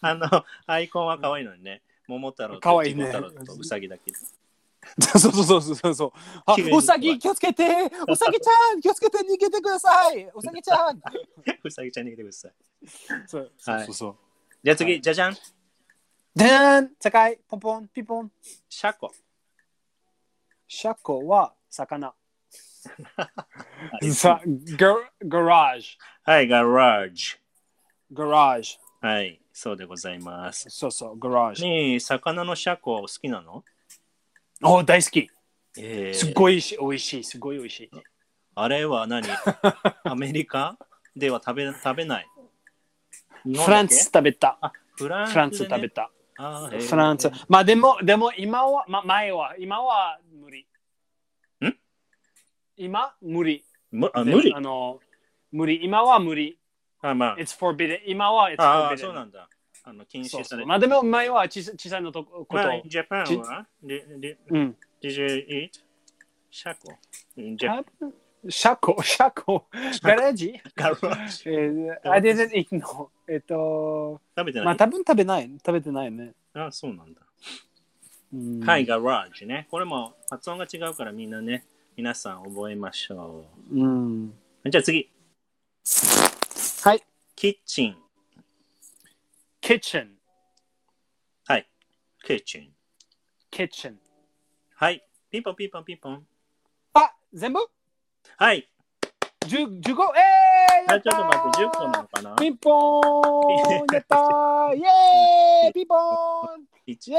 S2: あの、アイコンは可愛いのにね。桃太郎
S1: 可
S2: と
S1: 愛いね
S2: 桃太郎とウサ
S1: <laughs>
S2: ギだけで。
S1: そうそうそうそうそうあ
S2: 急に怖
S1: う
S2: い
S1: さぎ気をつけてうさぎちゃん気をつけて逃げてくださいうさぎちゃん
S2: ウサギちゃんに来てください。
S1: そう
S2: はい
S1: そうそう
S2: じゃあ次、
S1: は
S2: じゃじゃん。
S1: でーん高いポンポンピンポン
S2: シャコ。
S1: シャコは魚。さガガラージ。
S2: はい、ガラージ。
S1: ガラージ。
S2: はい、そうでございます。
S1: そうそう、ガラージ。
S2: ねえ、魚のシャコ好きなの
S1: お大好き。
S2: え
S1: すっ
S2: ー、
S1: ごい美味しい。すごい美味しい。
S2: あれ
S1: <laughs>
S2: は何アメリカでは食べ食べない。日
S1: フ
S2: 本
S1: ラ
S2: だ
S1: ン
S2: け
S1: ス食べた。
S2: あ、フランス、ね。
S1: フランス食べた。
S2: あー
S1: フランス。まあでも、でも今は、ま、前は、今は無理。
S2: ん
S1: 今無理。
S2: むあ無理
S1: あの無理。今は無理。
S2: あ、ま
S1: It's forbidden. 今は It's
S2: あ、あ
S1: forbidden.
S2: あ、そうなんだ。あの禁
S1: そう
S2: 止さ
S1: そ
S2: れ
S1: う
S2: て
S1: まあでも前は小さ小さいのとこ
S2: まあ、
S1: と。
S2: ジャパンはリリ
S1: うん。
S2: Did you eat? シャコ。ジャ
S1: あシャコ、 <laughs> シャコ、ガレージ
S2: ガラージ。
S1: えー、I didn't eat no. えっと、
S2: 食べて
S1: ま
S2: な
S1: あ
S2: い。
S1: 多分食べない。食べてないね。
S2: あ、そうなんだ。
S1: うん
S2: はい、。ガラージね。これも発音が違うからみんなね、皆さん覚えましょ
S1: うん。
S2: う。じゃあ次、
S1: はい。
S2: キッチン。
S1: kitchen,
S2: はい、キッチン。
S1: kitchen.
S2: はい、ピンポンピンポンピンポン。
S1: あ、全部
S2: はい、
S1: ?15? えー、や
S2: あ
S1: っ
S2: ちょ
S1: たー
S2: っと待って、10個なのかな
S1: ピンポーンやったーイェーイピンポーンイ
S2: 一
S1: ェーイ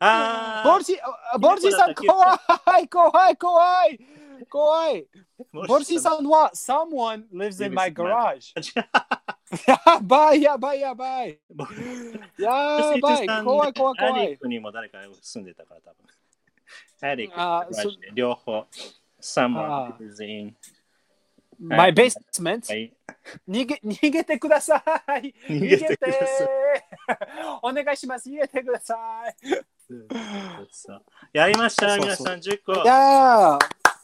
S2: あー
S1: ボルシーあボルシーさん
S2: 九個
S1: 怖
S2: だ
S1: い怖い怖い怖いボルシー
S2: ん。
S1: さんは someone lives in my garage
S2: 違
S1: やばいやばいやばいう
S2: ボルシー
S1: やばい
S2: さんね
S1: 怖い怖い怖
S2: アリ
S1: い
S2: ックにも誰か住んでたから、多分。アリック
S1: あー
S2: ガラージね、両方。Someone
S1: あ
S2: is in.
S1: My basement
S2: はい
S1: 逃げ逃げてください
S2: 逃
S1: 逃
S2: げ
S1: げ
S2: て
S1: て
S2: くだ
S1: <laughs>
S2: さ
S1: お願いします逃げてください
S2: そうやりました、
S1: そう
S2: 皆
S1: そう
S2: さん、10個。
S1: いやー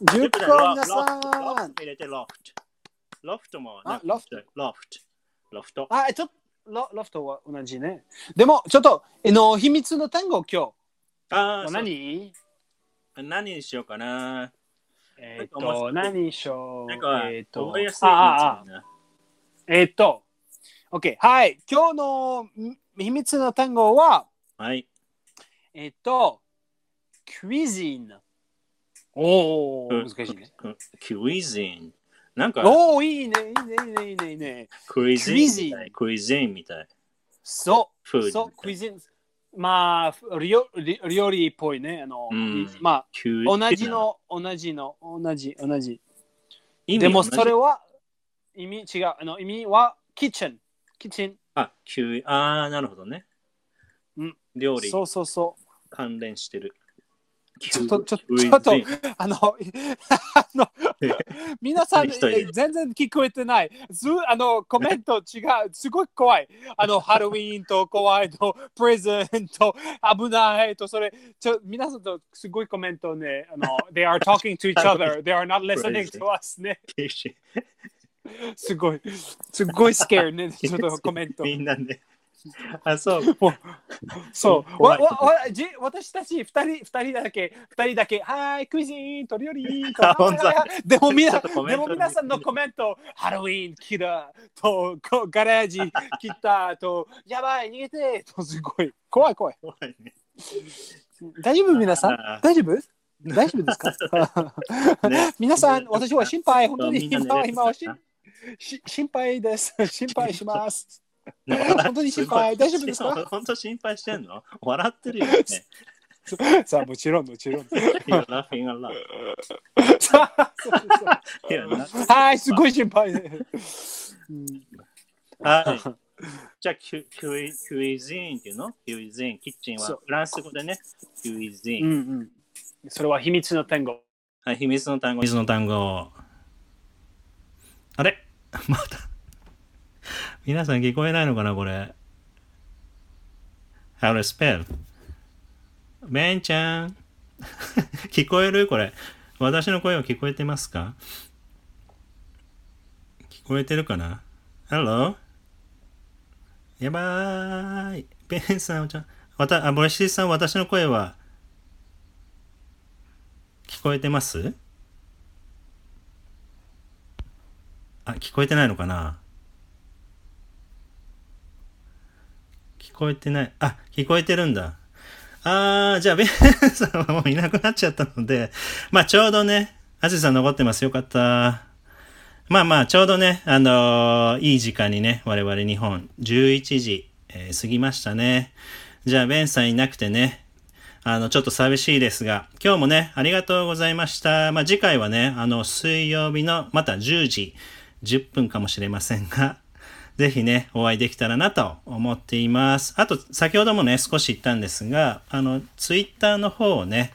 S1: 10
S2: だよ
S1: 個皆
S2: ロフトロ
S1: さ
S2: フ
S1: ん
S2: ト入れてロフト。ロフトも、
S1: あロフト
S2: ロフト。ロフト。
S1: あちょっとロロフトは同じねでもちょっとあの秘密の単語今
S2: あ
S1: 日
S2: 何
S1: 何
S2: 何にしようかな。
S1: えっと、何にしよう。
S2: なんか、
S1: えっと
S2: 覚えやす、
S1: あ
S2: い
S1: あ
S2: や
S1: あ
S2: つな。
S1: えっと、OK。はい。今日のん秘密の単語は、
S2: はい。
S1: えっと、クイジン。おお、難しいね。
S2: ク。ククイジン。なんか、
S1: おお、いいね、いいね、いいね、いいね、いいね。
S2: クイジン
S1: ク
S2: みた
S1: イジ
S2: い。クイジンみたい。
S1: そ
S2: フード
S1: う、
S2: みたい
S1: そう、クイジン。まあ、料理料理っぽいね。あの、
S2: うん
S1: まあ、
S2: キュ
S1: 同じ。の、同じの、同じ、同じ。
S2: 意味
S1: でも、
S2: 同じ
S1: それは意味違う。あの意味は、キッチン。キッチン。
S2: あ、キュイ。ああ、なるほどね。
S1: うん。
S2: 料理
S1: そうそうそう。
S2: 関連してる。
S1: ちょっとちょっと
S2: キュイジン
S1: ちょっとあの、 <laughs> あの
S2: え、
S1: 皆さん、
S2: 一人で
S1: え全然聞こえてない。ずあの、コメント違う。すごい怖い。あの、ハロウィーンと怖いと、プレゼント、危ないと、それ、ちょ皆さんとすごいコメントね。あ
S2: <laughs>
S1: の、they are talking to each other, they are not listening to us ね。すごい、すごい scare
S2: <laughs>
S1: ね。ちょっとコメント。
S2: みんなね。あ、そう。
S1: そう。
S2: <laughs> 怖
S1: わ
S2: い
S1: わわじ私たち二人二人だけ二人だけはーいクイズイン鳥よりと
S2: あ本当だ
S1: はいはいはいでもみ
S2: ちょ
S1: な
S2: っとコメ
S1: で
S2: ント
S1: も皆さんのコメントハロウィンキラーとこガレージ切ったとやばい逃げてとすごい怖い怖い
S2: 怖いね
S1: 大丈夫皆さん
S2: あー
S1: 大丈夫大丈夫です
S2: <laughs>
S1: か
S2: ね
S1: 皆さん私は心配本当に
S2: みんな
S1: 今は今はし
S2: 寝れて
S1: し心配です心配します
S2: たな
S1: 本当に心配大丈夫ですか
S2: 本当心配してんの笑ってるよね。
S1: さあもちろんも
S2: <laughs>
S1: ちろん
S2: You're laughing a lot.
S1: さあそうそうそう
S2: You're not-
S1: はい、すごい心配ね。うん
S2: はい。 <laughs> じゃあ、キュキュイキュイジーンっていうのキュイジーン、キッチンは
S1: そう
S2: フランス語でね。キュイジー
S1: う。
S2: ン
S1: んうん。それは秘密の単語。
S2: はい、秘密の単語。秘密の単語。あれ <laughs> また。皆さん聞こえないのかなこれ。How to spell? ベンちゃん。 <laughs> 聞こえるこれ。私の声は聞こえてますか聞こえてるかな ?Hello? やばーい。ベンさん、おちゃん。わた、あ、ボレシーさん、私の声は聞こえてますあ聞こえてないのかな聞こえてないあ聞こえてるんだあーじゃあベンさんはもういなくなっちゃったのでまあちょうどねアジさん残ってますよかったまあまあちょうどねあのーいい時間にね我々日本11時、えー過ぎましたねじゃあベンさんいなくてねあの、ちょっと寂しいですが、今日もね、ありがとうございました。まあ、次回はね、あの、水曜日のまた10時、10分かもしれませんが、 <laughs> ぜひね、お会いできたらなと思っています。あと、先ほどもね、少し言ったんですが、あの、ツイッターの方をね、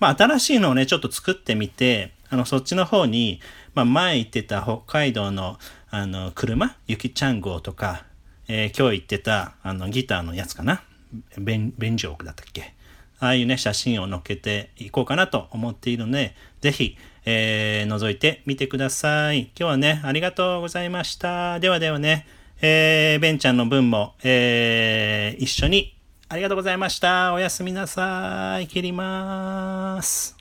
S2: まあ、新しいのをね、ちょっと作ってみて、あの、そっちの方に、まあ、前行ってた北海道の、あの、車、ゆきちゃん号とか、えー今日行ってた、あの、ギターのやつかな。ベン、ベンジョークだったっけああいうね、写真を載っけていこうかなと思っているので、ぜひ、えー覗いてみてください。今日はね、ありがとうございました。ではではね、えーベンちゃんの分も、えー一緒に、ありがとうございました。おやすみなさい。切ります。